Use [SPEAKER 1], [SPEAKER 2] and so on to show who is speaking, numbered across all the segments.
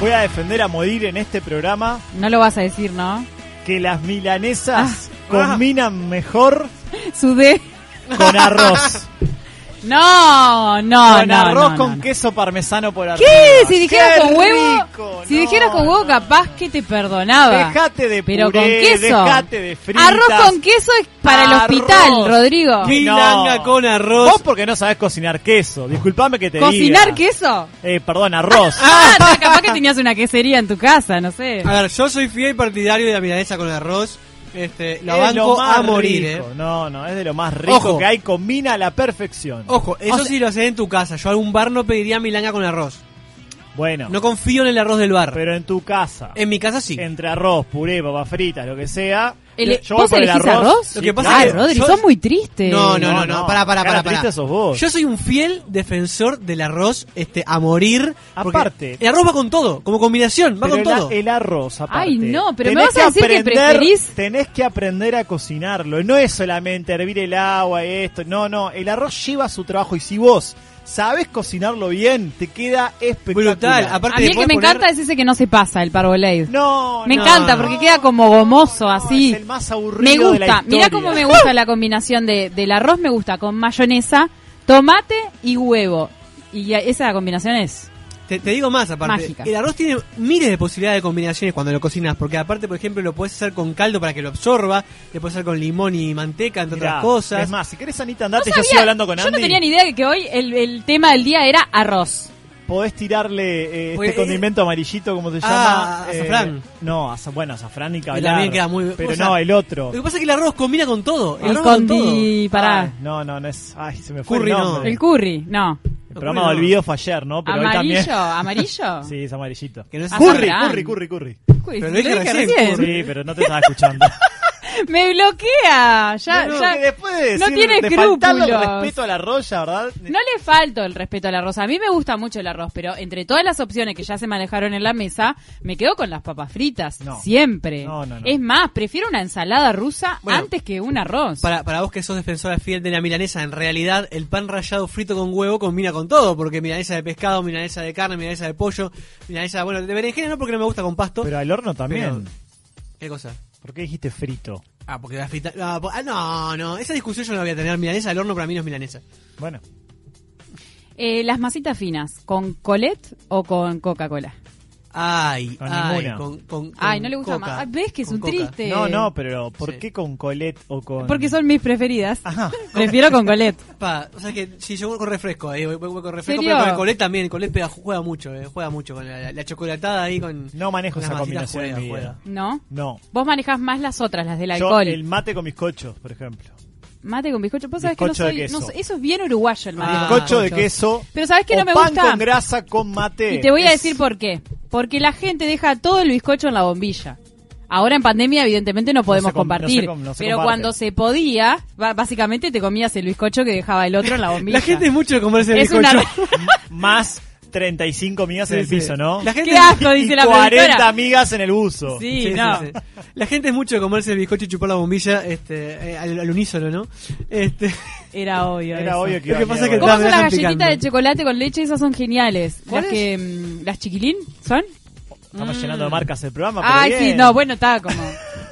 [SPEAKER 1] Voy a defender a morir en este programa
[SPEAKER 2] No lo vas a decir, ¿no?
[SPEAKER 1] que las milanesas
[SPEAKER 2] Ah.
[SPEAKER 1] combinan mejor
[SPEAKER 2] Sudé.
[SPEAKER 1] con arroz.
[SPEAKER 2] No, no,
[SPEAKER 1] con
[SPEAKER 2] Ah, no,
[SPEAKER 1] arroz
[SPEAKER 2] no,
[SPEAKER 1] con
[SPEAKER 2] no.
[SPEAKER 1] queso parmesano por arriba.
[SPEAKER 2] ¿Qué? Si dijeras
[SPEAKER 1] ¡Qué
[SPEAKER 2] con huevo,
[SPEAKER 1] rico!
[SPEAKER 2] si
[SPEAKER 1] No,
[SPEAKER 2] dijeras con huevo,
[SPEAKER 1] no.
[SPEAKER 2] capaz que te perdonaba.
[SPEAKER 1] Dejate de
[SPEAKER 2] Pero con
[SPEAKER 1] puré,
[SPEAKER 2] queso.
[SPEAKER 1] dejate de fritas.
[SPEAKER 2] Arroz con queso es para el
[SPEAKER 1] Arroz.
[SPEAKER 2] hospital, Rodrigo.
[SPEAKER 1] ¿Qué?
[SPEAKER 3] Milanga
[SPEAKER 1] No.
[SPEAKER 3] con arroz.
[SPEAKER 1] Vos porque no sabés cocinar queso. Disculpame que te
[SPEAKER 2] ¿Cocinar
[SPEAKER 1] diga.
[SPEAKER 2] queso?
[SPEAKER 1] Eh, perdón, arroz.
[SPEAKER 2] Ah, no, capaz que tenías una quesería en tu casa, no sé.
[SPEAKER 1] Ah,
[SPEAKER 3] A ver, yo soy fiel partidario de la milanesa con arroz. Este, la
[SPEAKER 1] Es lo
[SPEAKER 3] banco
[SPEAKER 1] más
[SPEAKER 3] a morir,
[SPEAKER 1] rico.
[SPEAKER 3] eh.
[SPEAKER 1] No, no, es de lo más rico
[SPEAKER 3] Ojo.
[SPEAKER 1] que hay. Combina a la perfección.
[SPEAKER 3] eh. Ojo, eso
[SPEAKER 2] O sea-
[SPEAKER 3] sí lo haces en tu casa. Yo a un bar no pediría milanga con arroz.
[SPEAKER 1] Bueno,
[SPEAKER 3] No confío en el arroz del bar.
[SPEAKER 1] pero en tu casa.
[SPEAKER 3] En mi casa sí.
[SPEAKER 1] Entre arroz, puré, papas fritas, lo que sea.
[SPEAKER 2] El- e-
[SPEAKER 1] yo voy
[SPEAKER 2] ¿Vos
[SPEAKER 1] por el
[SPEAKER 2] elegís
[SPEAKER 1] arroz.
[SPEAKER 2] arroz?
[SPEAKER 3] Lo que pasa
[SPEAKER 2] Ah,
[SPEAKER 3] es que
[SPEAKER 2] Rodri,
[SPEAKER 3] yo-
[SPEAKER 2] sos muy triste.
[SPEAKER 3] No, no,
[SPEAKER 1] No,
[SPEAKER 3] no,
[SPEAKER 1] no.
[SPEAKER 3] no, para, para,
[SPEAKER 1] Cara
[SPEAKER 3] para.
[SPEAKER 1] triste sos vos.
[SPEAKER 3] Yo soy un fiel defensor del arroz este, a morir. porque
[SPEAKER 1] Aparte.
[SPEAKER 3] El arroz va con todo, como combinación, va
[SPEAKER 1] Pero
[SPEAKER 3] con
[SPEAKER 1] el a-
[SPEAKER 3] todo.
[SPEAKER 1] El, arroz, aparte.
[SPEAKER 2] Ay, no, pero me
[SPEAKER 1] Tenés
[SPEAKER 2] vas a decir que preferís-
[SPEAKER 1] Tenés que aprender a cocinarlo. No es solamente hervir el agua y esto. No, no. El arroz lleva su trabajo. Y si vos sabés cocinarlo bien, te queda espectacular.
[SPEAKER 3] Brutal. Aparte,
[SPEAKER 2] A mí
[SPEAKER 3] le
[SPEAKER 2] el que
[SPEAKER 3] podés
[SPEAKER 2] me
[SPEAKER 3] poner-
[SPEAKER 2] encanta es ese que no se pasa, el parbolade.
[SPEAKER 1] No,
[SPEAKER 2] me
[SPEAKER 1] no,
[SPEAKER 2] encanta
[SPEAKER 1] no.
[SPEAKER 2] porque queda como gomoso
[SPEAKER 1] No,
[SPEAKER 2] así.
[SPEAKER 1] Es el más aburrido
[SPEAKER 2] me
[SPEAKER 1] de la
[SPEAKER 2] gusta.
[SPEAKER 1] historia.
[SPEAKER 2] Mirá cómo me gusta la combinación de, del arroz, me gusta con mayonesa, tomate y huevo. Y a- esa combinación es.
[SPEAKER 3] Te, te digo más, aparte.
[SPEAKER 2] Mágica.
[SPEAKER 3] El arroz tiene miles de posibilidades de combinaciones cuando lo cocinas. Porque, aparte, por ejemplo, lo puedes hacer con caldo para que lo absorba. Le puedes hacer con limón y manteca, entre
[SPEAKER 1] Mirá,
[SPEAKER 3] otras cosas.
[SPEAKER 1] Es más, si querés, Anita, andate.
[SPEAKER 2] No
[SPEAKER 1] yo
[SPEAKER 2] sabía-
[SPEAKER 1] sigo hablando con
[SPEAKER 2] yo
[SPEAKER 1] Andy.
[SPEAKER 2] no tenía ni idea de que hoy el, el tema del día era arroz.
[SPEAKER 1] Podés tirarle eh,
[SPEAKER 3] Pues,
[SPEAKER 1] este
[SPEAKER 3] eh,
[SPEAKER 1] condimento amarillito, como se
[SPEAKER 3] ah,
[SPEAKER 1] llama. eh,
[SPEAKER 3] azafrán.
[SPEAKER 1] no, aza- bueno, azafrán ni que
[SPEAKER 3] Y
[SPEAKER 1] hablar.
[SPEAKER 3] también queda muy-
[SPEAKER 1] Pero
[SPEAKER 3] o sea,
[SPEAKER 1] no, el otro.
[SPEAKER 3] Lo que pasa es que el arroz combina con todo. El,
[SPEAKER 2] el
[SPEAKER 3] arroz va con todo.
[SPEAKER 2] condi. Pará.
[SPEAKER 1] Ay, no, no, no es. Ay, se me fue
[SPEAKER 3] Curry
[SPEAKER 1] el
[SPEAKER 3] no.
[SPEAKER 1] nombre.
[SPEAKER 2] El curry, no.
[SPEAKER 1] El programa de olvido fue ayer, ¿no? Pero hoy
[SPEAKER 2] amarillo,
[SPEAKER 1] también.
[SPEAKER 2] amarillo.
[SPEAKER 1] Ah, Sí, es amarillito.
[SPEAKER 3] Que no es
[SPEAKER 1] Curry,
[SPEAKER 2] Azafrán.
[SPEAKER 1] curry, curry, curry.
[SPEAKER 2] Uy,
[SPEAKER 3] Pero
[SPEAKER 2] si
[SPEAKER 3] lo dije recién, curry.
[SPEAKER 1] Sí, pero no te estaba escuchando.
[SPEAKER 2] Me bloquea. Ya,
[SPEAKER 1] No, no,
[SPEAKER 2] ya.
[SPEAKER 1] que después de
[SPEAKER 2] no
[SPEAKER 1] decir-
[SPEAKER 2] tiene
[SPEAKER 1] de faltarle el
[SPEAKER 2] escrúpulos.
[SPEAKER 1] respeto a la roya, ¿verdad?
[SPEAKER 2] No le falto el respeto al arroz. A mí me gusta mucho el arroz, pero entre todas las opciones que ya se manejaron en la mesa, me quedo con las papas fritas.
[SPEAKER 1] No.
[SPEAKER 2] Siempre.
[SPEAKER 1] No, no, no.
[SPEAKER 2] Es más, prefiero una ensalada rusa
[SPEAKER 3] Bueno,
[SPEAKER 2] antes que un arroz.
[SPEAKER 3] Para, para vos que sos defensora fiel de la milanesa, en realidad el pan rallado frito con huevo combina con todo, porque milanesa de pescado, milanesa de carne, milanesa de pollo, milanesa, bueno, de berenjena no porque no me gusta con pasto.
[SPEAKER 1] Pero al horno también.
[SPEAKER 3] Pero- ¿Qué cosa?
[SPEAKER 1] ¿Por qué dijiste frito?
[SPEAKER 3] Ah, porque la frita. Ah, po- ah, no, no. Esa discusión yo no la voy a tener. Milanesa al horno para mí no es milanesa.
[SPEAKER 1] Bueno,
[SPEAKER 2] Eh, las masitas finas, ¿con Colette o con Coca-Cola?
[SPEAKER 3] Ay,
[SPEAKER 1] Con
[SPEAKER 3] ay,
[SPEAKER 1] ninguna.
[SPEAKER 3] con, con-
[SPEAKER 2] Ay,
[SPEAKER 3] con
[SPEAKER 2] no le gusta
[SPEAKER 3] coca.
[SPEAKER 2] más. Ah, ¿Ves que es
[SPEAKER 3] Con
[SPEAKER 2] un
[SPEAKER 3] coca.
[SPEAKER 2] triste?
[SPEAKER 1] no, no, pero ¿por
[SPEAKER 3] Sí.
[SPEAKER 1] qué con Colette o con.?
[SPEAKER 2] Porque son mis preferidas.
[SPEAKER 1] Ajá.
[SPEAKER 2] Prefiero con Colette.
[SPEAKER 3] Pa, o sea que si yo voy con refresco, eh, voy, voy con refresco,
[SPEAKER 2] ¿Serio?
[SPEAKER 3] pero con el Colette también, Colette pega- juega mucho, eh, juega mucho con la, la- la chocolatada ahí con
[SPEAKER 1] No manejo
[SPEAKER 3] con las
[SPEAKER 1] esa
[SPEAKER 3] masitas,
[SPEAKER 1] combinación en mi vida.
[SPEAKER 2] ¿No?
[SPEAKER 1] No.
[SPEAKER 2] Vos manejás más las otras, las del
[SPEAKER 1] Yo,
[SPEAKER 2] alcohol.
[SPEAKER 1] el mate con bizcochos, por ejemplo.
[SPEAKER 2] Mate con bizcocho. Vos sabés que no
[SPEAKER 1] Bizcocho de
[SPEAKER 2] soy. no
[SPEAKER 1] queso.
[SPEAKER 2] sé- eso es bien uruguayo el mate.
[SPEAKER 3] Ah,
[SPEAKER 1] bizcocho de
[SPEAKER 3] bizcocho.
[SPEAKER 1] queso.
[SPEAKER 2] Pero ¿sabés qué
[SPEAKER 1] o
[SPEAKER 2] no me
[SPEAKER 1] pan
[SPEAKER 2] gusta?
[SPEAKER 1] con grasa con mate.
[SPEAKER 2] Y te voy a
[SPEAKER 1] Es-
[SPEAKER 2] decir por qué. Porque la gente deja todo el bizcocho en la bombilla. Ahora en pandemia evidentemente no podemos
[SPEAKER 1] se com- no se
[SPEAKER 2] compartir,
[SPEAKER 1] com- no se
[SPEAKER 2] pero
[SPEAKER 1] comparte.
[SPEAKER 2] cuando se podía, ba- básicamente te comías el bizcocho que dejaba el otro en la bombilla.
[SPEAKER 3] La gente es mucho de comerse el
[SPEAKER 2] es
[SPEAKER 3] bizcocho.
[SPEAKER 2] una
[SPEAKER 1] Más 35 migas en el
[SPEAKER 3] Sí, sí.
[SPEAKER 1] piso, ¿no?
[SPEAKER 3] La gente
[SPEAKER 2] Qué asco,
[SPEAKER 1] Y
[SPEAKER 2] dice la
[SPEAKER 1] 40
[SPEAKER 2] productora.
[SPEAKER 1] migas en el buzo.
[SPEAKER 2] Sí,
[SPEAKER 3] Sí, sí,
[SPEAKER 2] no.
[SPEAKER 3] sí. La gente es mucho de comerse el bizcocho y chupar la bombilla este, eh, al, al unísono, ¿no? Este,
[SPEAKER 2] Era obvio.
[SPEAKER 1] Era
[SPEAKER 2] eso.
[SPEAKER 1] obvio que
[SPEAKER 3] Lo
[SPEAKER 1] iba
[SPEAKER 3] que
[SPEAKER 1] a
[SPEAKER 3] pasa es
[SPEAKER 1] quedar
[SPEAKER 3] que
[SPEAKER 2] ¿Cómo
[SPEAKER 1] bueno.
[SPEAKER 2] son
[SPEAKER 3] Estaba
[SPEAKER 2] las
[SPEAKER 3] me
[SPEAKER 2] galletitas
[SPEAKER 3] dejan
[SPEAKER 2] de
[SPEAKER 3] picando.
[SPEAKER 2] chocolate con leche? Esas son geniales.
[SPEAKER 1] ¿Cuál
[SPEAKER 2] Las que mm, las chiquilín son?
[SPEAKER 1] Estamos llenando de marcas el programa. pero
[SPEAKER 2] Mm. Ay, sí,
[SPEAKER 1] bien.
[SPEAKER 2] no, bueno, está como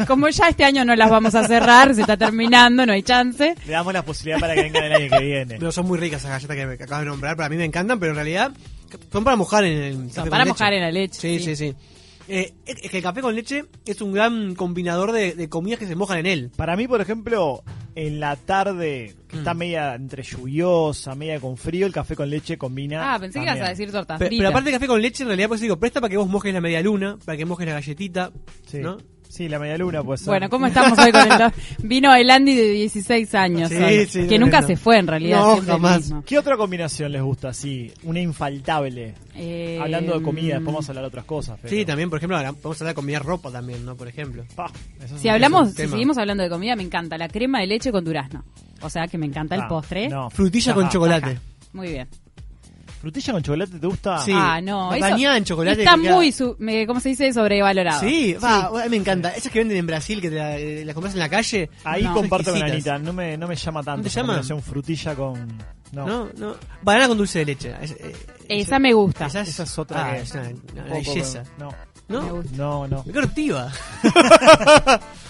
[SPEAKER 2] como ya este año no las vamos a cerrar, se está terminando, no hay chance.
[SPEAKER 1] Le damos la posibilidad para que vengan el año que viene.
[SPEAKER 3] pero son muy ricas esas galletas que, me- que acabas de nombrar, para mí me encantan, pero en realidad son para mojar en el café con
[SPEAKER 2] para
[SPEAKER 3] leche.
[SPEAKER 2] mojar en la leche,
[SPEAKER 3] Sí, sí,
[SPEAKER 2] sí.
[SPEAKER 3] sí. Eh, es que el café con leche es un gran combinador de, de comidas que se mojan en él.
[SPEAKER 1] Para mí, por ejemplo, en la tarde, que
[SPEAKER 2] Mm.
[SPEAKER 1] está media entre lluviosa, media con frío, el café con leche combina.
[SPEAKER 2] Ah, pensé que
[SPEAKER 1] también.
[SPEAKER 2] ibas a decir tortas
[SPEAKER 3] Pe- Pero,
[SPEAKER 2] fritas.
[SPEAKER 3] aparte el café con leche en realidad pues digo, presta para que vos mojes la media luna, para que mojes la galletita,
[SPEAKER 1] Sí,
[SPEAKER 3] ¿no?
[SPEAKER 1] sí la pues, media luna puede ser.
[SPEAKER 2] Bueno, ¿cómo estamos hoy con el do- Vino el Andy de 16 años,
[SPEAKER 3] Sí,
[SPEAKER 2] hoy,
[SPEAKER 3] sí,
[SPEAKER 2] que nunca
[SPEAKER 3] tremendo.
[SPEAKER 2] se fue en realidad.
[SPEAKER 3] No,
[SPEAKER 2] siempre el
[SPEAKER 3] jamás.
[SPEAKER 2] mismo.
[SPEAKER 1] ¿Qué otra combinación les gusta así? Una infaltable.
[SPEAKER 2] Eh,
[SPEAKER 1] Hablando de comida,
[SPEAKER 2] mm,
[SPEAKER 1] podemos hablar de otras cosas. pero-
[SPEAKER 3] Sí, también, por ejemplo, ahora vamos a hablar de combinar ropa también, ¿no? Por ejemplo.
[SPEAKER 1] Pa, eso es
[SPEAKER 2] Si
[SPEAKER 1] un-
[SPEAKER 2] hablamos, si
[SPEAKER 3] tema.
[SPEAKER 2] seguimos hablando de comida, me encanta la crema de leche con durazno. O sea que me encanta el
[SPEAKER 1] Ah,
[SPEAKER 2] postre.
[SPEAKER 1] no.
[SPEAKER 3] Frutilla
[SPEAKER 1] Ajá.
[SPEAKER 3] con chocolate.
[SPEAKER 2] Muy bien.
[SPEAKER 1] ¿Frutilla con chocolate te gusta?
[SPEAKER 3] Sí.
[SPEAKER 2] Ah, no. eso
[SPEAKER 3] Bañada en chocolate
[SPEAKER 2] Está
[SPEAKER 3] que queda-
[SPEAKER 2] muy, su- me- ¿cómo se dice? Sobrevalorado.
[SPEAKER 3] Sí, va, a mí me encanta. Esas que venden en Brasil, que te la- eh, las compras en la calle.
[SPEAKER 1] Ahí
[SPEAKER 2] No.
[SPEAKER 1] comparto con
[SPEAKER 3] Exquisitas.
[SPEAKER 1] Anita, no me, no me llama tanto.
[SPEAKER 3] ¿No te
[SPEAKER 1] esa
[SPEAKER 3] llama?
[SPEAKER 1] combinación frutilla con. No.
[SPEAKER 3] No, no. Banana con dulce de leche. Es- eh,
[SPEAKER 2] Esa me gusta.
[SPEAKER 3] esa
[SPEAKER 1] Esa es otra
[SPEAKER 3] ah,
[SPEAKER 1] que-
[SPEAKER 3] es una, una
[SPEAKER 1] Poco
[SPEAKER 3] belleza.
[SPEAKER 1] con- No,
[SPEAKER 2] Me
[SPEAKER 3] ¿No?
[SPEAKER 2] gusta.
[SPEAKER 1] no, no.
[SPEAKER 3] Me quedo hortiva.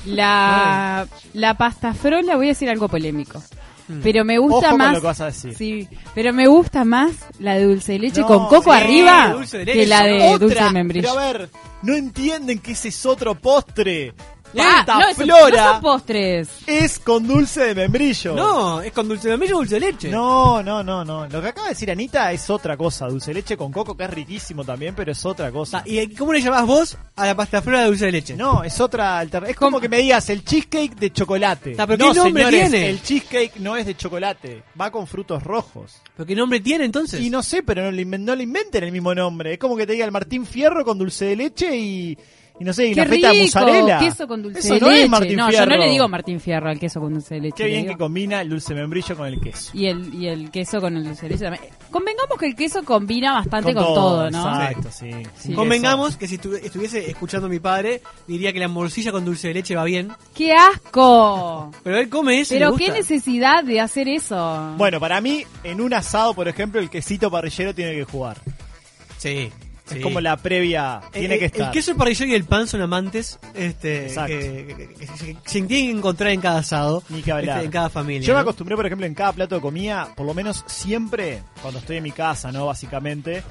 [SPEAKER 2] La, la pasta frola, voy a decir algo polémico.
[SPEAKER 3] Mm.
[SPEAKER 2] Pero me gusta
[SPEAKER 1] Ojo con
[SPEAKER 2] más.
[SPEAKER 1] lo que vas a decir.
[SPEAKER 2] Sí, pero me gusta más la de dulce de leche
[SPEAKER 1] No,
[SPEAKER 2] con coco
[SPEAKER 1] sí,
[SPEAKER 2] arriba
[SPEAKER 3] dulce de
[SPEAKER 2] que
[SPEAKER 3] leche,
[SPEAKER 2] la de
[SPEAKER 1] Otra,
[SPEAKER 2] Eh, dulce de membrillo.
[SPEAKER 1] Pero a ver, no entienden que ese es otro postre.
[SPEAKER 2] Ah,
[SPEAKER 1] Pasta
[SPEAKER 2] no, eso- no
[SPEAKER 1] flora
[SPEAKER 2] son postres.
[SPEAKER 1] es con dulce de membrillo.
[SPEAKER 3] No, es con dulce de leche o dulce de leche.
[SPEAKER 1] No, no, no, no. Lo que acaba de decir Anita es otra cosa. Dulce de leche con coco, que es riquísimo también, pero es otra cosa.
[SPEAKER 3] Ta, ¿Y eh, cómo le llamás vos a la pasta flora de dulce de leche?
[SPEAKER 1] No, es otra alternativa. Es como que me digas el cheesecake de chocolate.
[SPEAKER 3] Ta, pero
[SPEAKER 1] no,
[SPEAKER 3] ¿qué nombre
[SPEAKER 1] señores,
[SPEAKER 3] tiene?
[SPEAKER 1] el cheesecake no es de chocolate. Va con frutos rojos.
[SPEAKER 3] ¿Pero qué nombre tiene entonces?
[SPEAKER 1] Y no sé, pero no le, inven- no le inventen el mismo nombre. Es como que te diga el Martín Fierro con dulce de leche y, y no sé, y
[SPEAKER 2] Qué
[SPEAKER 1] una feta de
[SPEAKER 2] rico,
[SPEAKER 1] mozzarella.
[SPEAKER 2] queso con dulce
[SPEAKER 1] Eso
[SPEAKER 2] de
[SPEAKER 1] no
[SPEAKER 2] leche.
[SPEAKER 1] Es Martín
[SPEAKER 2] no,
[SPEAKER 1] Fierro.
[SPEAKER 2] yo no le digo Martín Fierro al queso con dulce de leche.
[SPEAKER 1] Qué
[SPEAKER 2] le
[SPEAKER 1] bien
[SPEAKER 2] digo-
[SPEAKER 1] que combina el dulce membrillo con el queso.
[SPEAKER 2] y el, y el queso con el dulce de leche también. Convengamos que el queso combina bastante
[SPEAKER 1] Con
[SPEAKER 2] con, todo, ¿no?
[SPEAKER 1] Exacto, sí.
[SPEAKER 2] Sí.
[SPEAKER 3] Convengamos que si tu- estuviese escuchando a mi padre, diría que la morcilla con dulce de leche va bien.
[SPEAKER 2] ¡Qué asco!
[SPEAKER 3] Pero él come eso. y
[SPEAKER 2] Pero
[SPEAKER 3] le
[SPEAKER 2] qué
[SPEAKER 3] gusta.
[SPEAKER 2] necesidad de hacer eso.
[SPEAKER 1] Bueno, para mí, en un asado, por ejemplo, el quesito parrillero tiene que jugar.
[SPEAKER 3] Sí, sí.
[SPEAKER 1] Es como la previa.
[SPEAKER 3] Eh,
[SPEAKER 1] Tiene
[SPEAKER 3] eh,
[SPEAKER 1] que estar.
[SPEAKER 3] El queso parrillero y el pan son amantes este,
[SPEAKER 1] Exacto.
[SPEAKER 3] que, que- que- que se se tienen que encontrar en cada asado,
[SPEAKER 1] Ni que hablar.
[SPEAKER 3] este, en cada familia.
[SPEAKER 1] Yo me
[SPEAKER 3] ¿no?
[SPEAKER 1] acostumbré, por ejemplo, en cada plato de comida, por lo menos siempre, cuando estoy en mi casa, ¿no? Básicamente,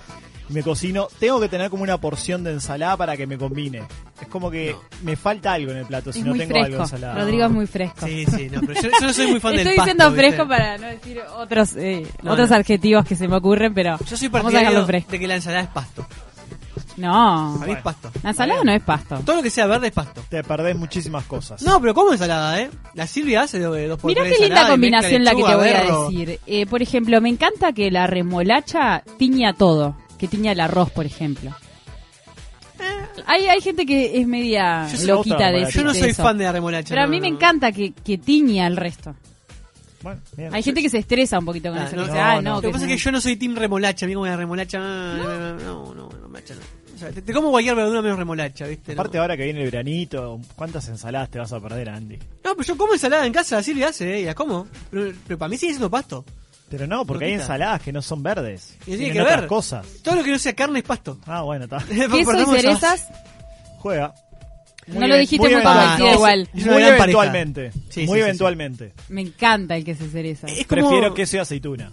[SPEAKER 1] y me cocino, tengo que tener como una porción de ensalada para que me combine. Es como que me falta algo en el plato si
[SPEAKER 2] es
[SPEAKER 1] no
[SPEAKER 2] muy
[SPEAKER 1] tengo algo de
[SPEAKER 2] fresco.
[SPEAKER 1] ensalada.
[SPEAKER 2] Rodrigo es muy fresco.
[SPEAKER 3] Sí, sí, no, pero yo, yo no soy muy fan del
[SPEAKER 2] Estoy
[SPEAKER 3] pasto,
[SPEAKER 2] diciendo
[SPEAKER 3] ¿viste?
[SPEAKER 2] fresco para no decir otros eh,
[SPEAKER 3] No,
[SPEAKER 2] otros
[SPEAKER 3] no.
[SPEAKER 2] adjetivos que se me ocurren, pero
[SPEAKER 3] Yo soy
[SPEAKER 2] vamos a dejarlo
[SPEAKER 3] partidario
[SPEAKER 2] fresco.
[SPEAKER 3] de que la ensalada es pasto.
[SPEAKER 2] No,
[SPEAKER 3] A mí es pasto. Eh,
[SPEAKER 2] la ensalada no es pasto.
[SPEAKER 3] Todo lo que sea verde es pasto.
[SPEAKER 1] Te perdés muchísimas cosas.
[SPEAKER 3] No, pero como ensalada, ¿eh? La Silvia hace do- dos por
[SPEAKER 2] Mirá
[SPEAKER 3] tres
[SPEAKER 2] qué linda
[SPEAKER 3] ensalada y mezcla
[SPEAKER 2] combinación la que
[SPEAKER 3] lechuga,
[SPEAKER 2] te voy a
[SPEAKER 3] berro.
[SPEAKER 2] decir. Eh, por ejemplo, me encanta que la remolacha tiña todo, que tiña el arroz, por ejemplo.
[SPEAKER 3] Eh.
[SPEAKER 2] Hay, hay gente que es media
[SPEAKER 1] Yo soy otra
[SPEAKER 2] loquita de
[SPEAKER 1] remolacha.
[SPEAKER 3] Yo no
[SPEAKER 2] de
[SPEAKER 3] soy
[SPEAKER 2] eso.
[SPEAKER 3] fan de la remolacha.
[SPEAKER 2] Pero a
[SPEAKER 3] no,
[SPEAKER 2] mí
[SPEAKER 3] no,
[SPEAKER 2] me
[SPEAKER 3] no.
[SPEAKER 2] encanta que, que tiña el resto.
[SPEAKER 1] Bueno, bien.
[SPEAKER 2] Hay gente que se estresa un poquito con
[SPEAKER 3] Ah,
[SPEAKER 2] eso.
[SPEAKER 3] no,
[SPEAKER 2] que dice, ah, no,
[SPEAKER 1] no, no.
[SPEAKER 3] Lo que pasa es que yo no soy team remolacha, a mí como la remolacha... ah, No, no, no, remolacha no. O sea, te, te como cualquier verdura menos remolacha, ¿viste? No.
[SPEAKER 1] Aparte, ahora que viene el veranito, ¿cuántas ensaladas te vas a perder, Andy?
[SPEAKER 3] No, pero yo como ensalada en casa, así le hace, ¿eh? Y la como. Pero, pero para mí sigue siendo pasto.
[SPEAKER 1] Pero no, porque hay
[SPEAKER 3] Loquita.
[SPEAKER 1] ensaladas que no son verdes.
[SPEAKER 3] Y tiene
[SPEAKER 1] Tienen
[SPEAKER 3] que
[SPEAKER 1] otras
[SPEAKER 3] ver.
[SPEAKER 1] cosas.
[SPEAKER 3] Todo lo que no sea carne es pasto.
[SPEAKER 1] Ah, bueno, está.
[SPEAKER 2] Queso y
[SPEAKER 3] Perdamos a-
[SPEAKER 2] cerezas,
[SPEAKER 1] Juega.
[SPEAKER 2] No lo dijiste muy
[SPEAKER 1] eventual-
[SPEAKER 2] convencido igual.
[SPEAKER 1] Muy
[SPEAKER 3] Es una gran pareja.
[SPEAKER 1] eventualmente.
[SPEAKER 3] Sí, sí,
[SPEAKER 1] muy
[SPEAKER 3] sí,
[SPEAKER 1] eventualmente.
[SPEAKER 2] Me encanta el queso cereza.
[SPEAKER 3] Es como-
[SPEAKER 1] Prefiero queso y aceituna.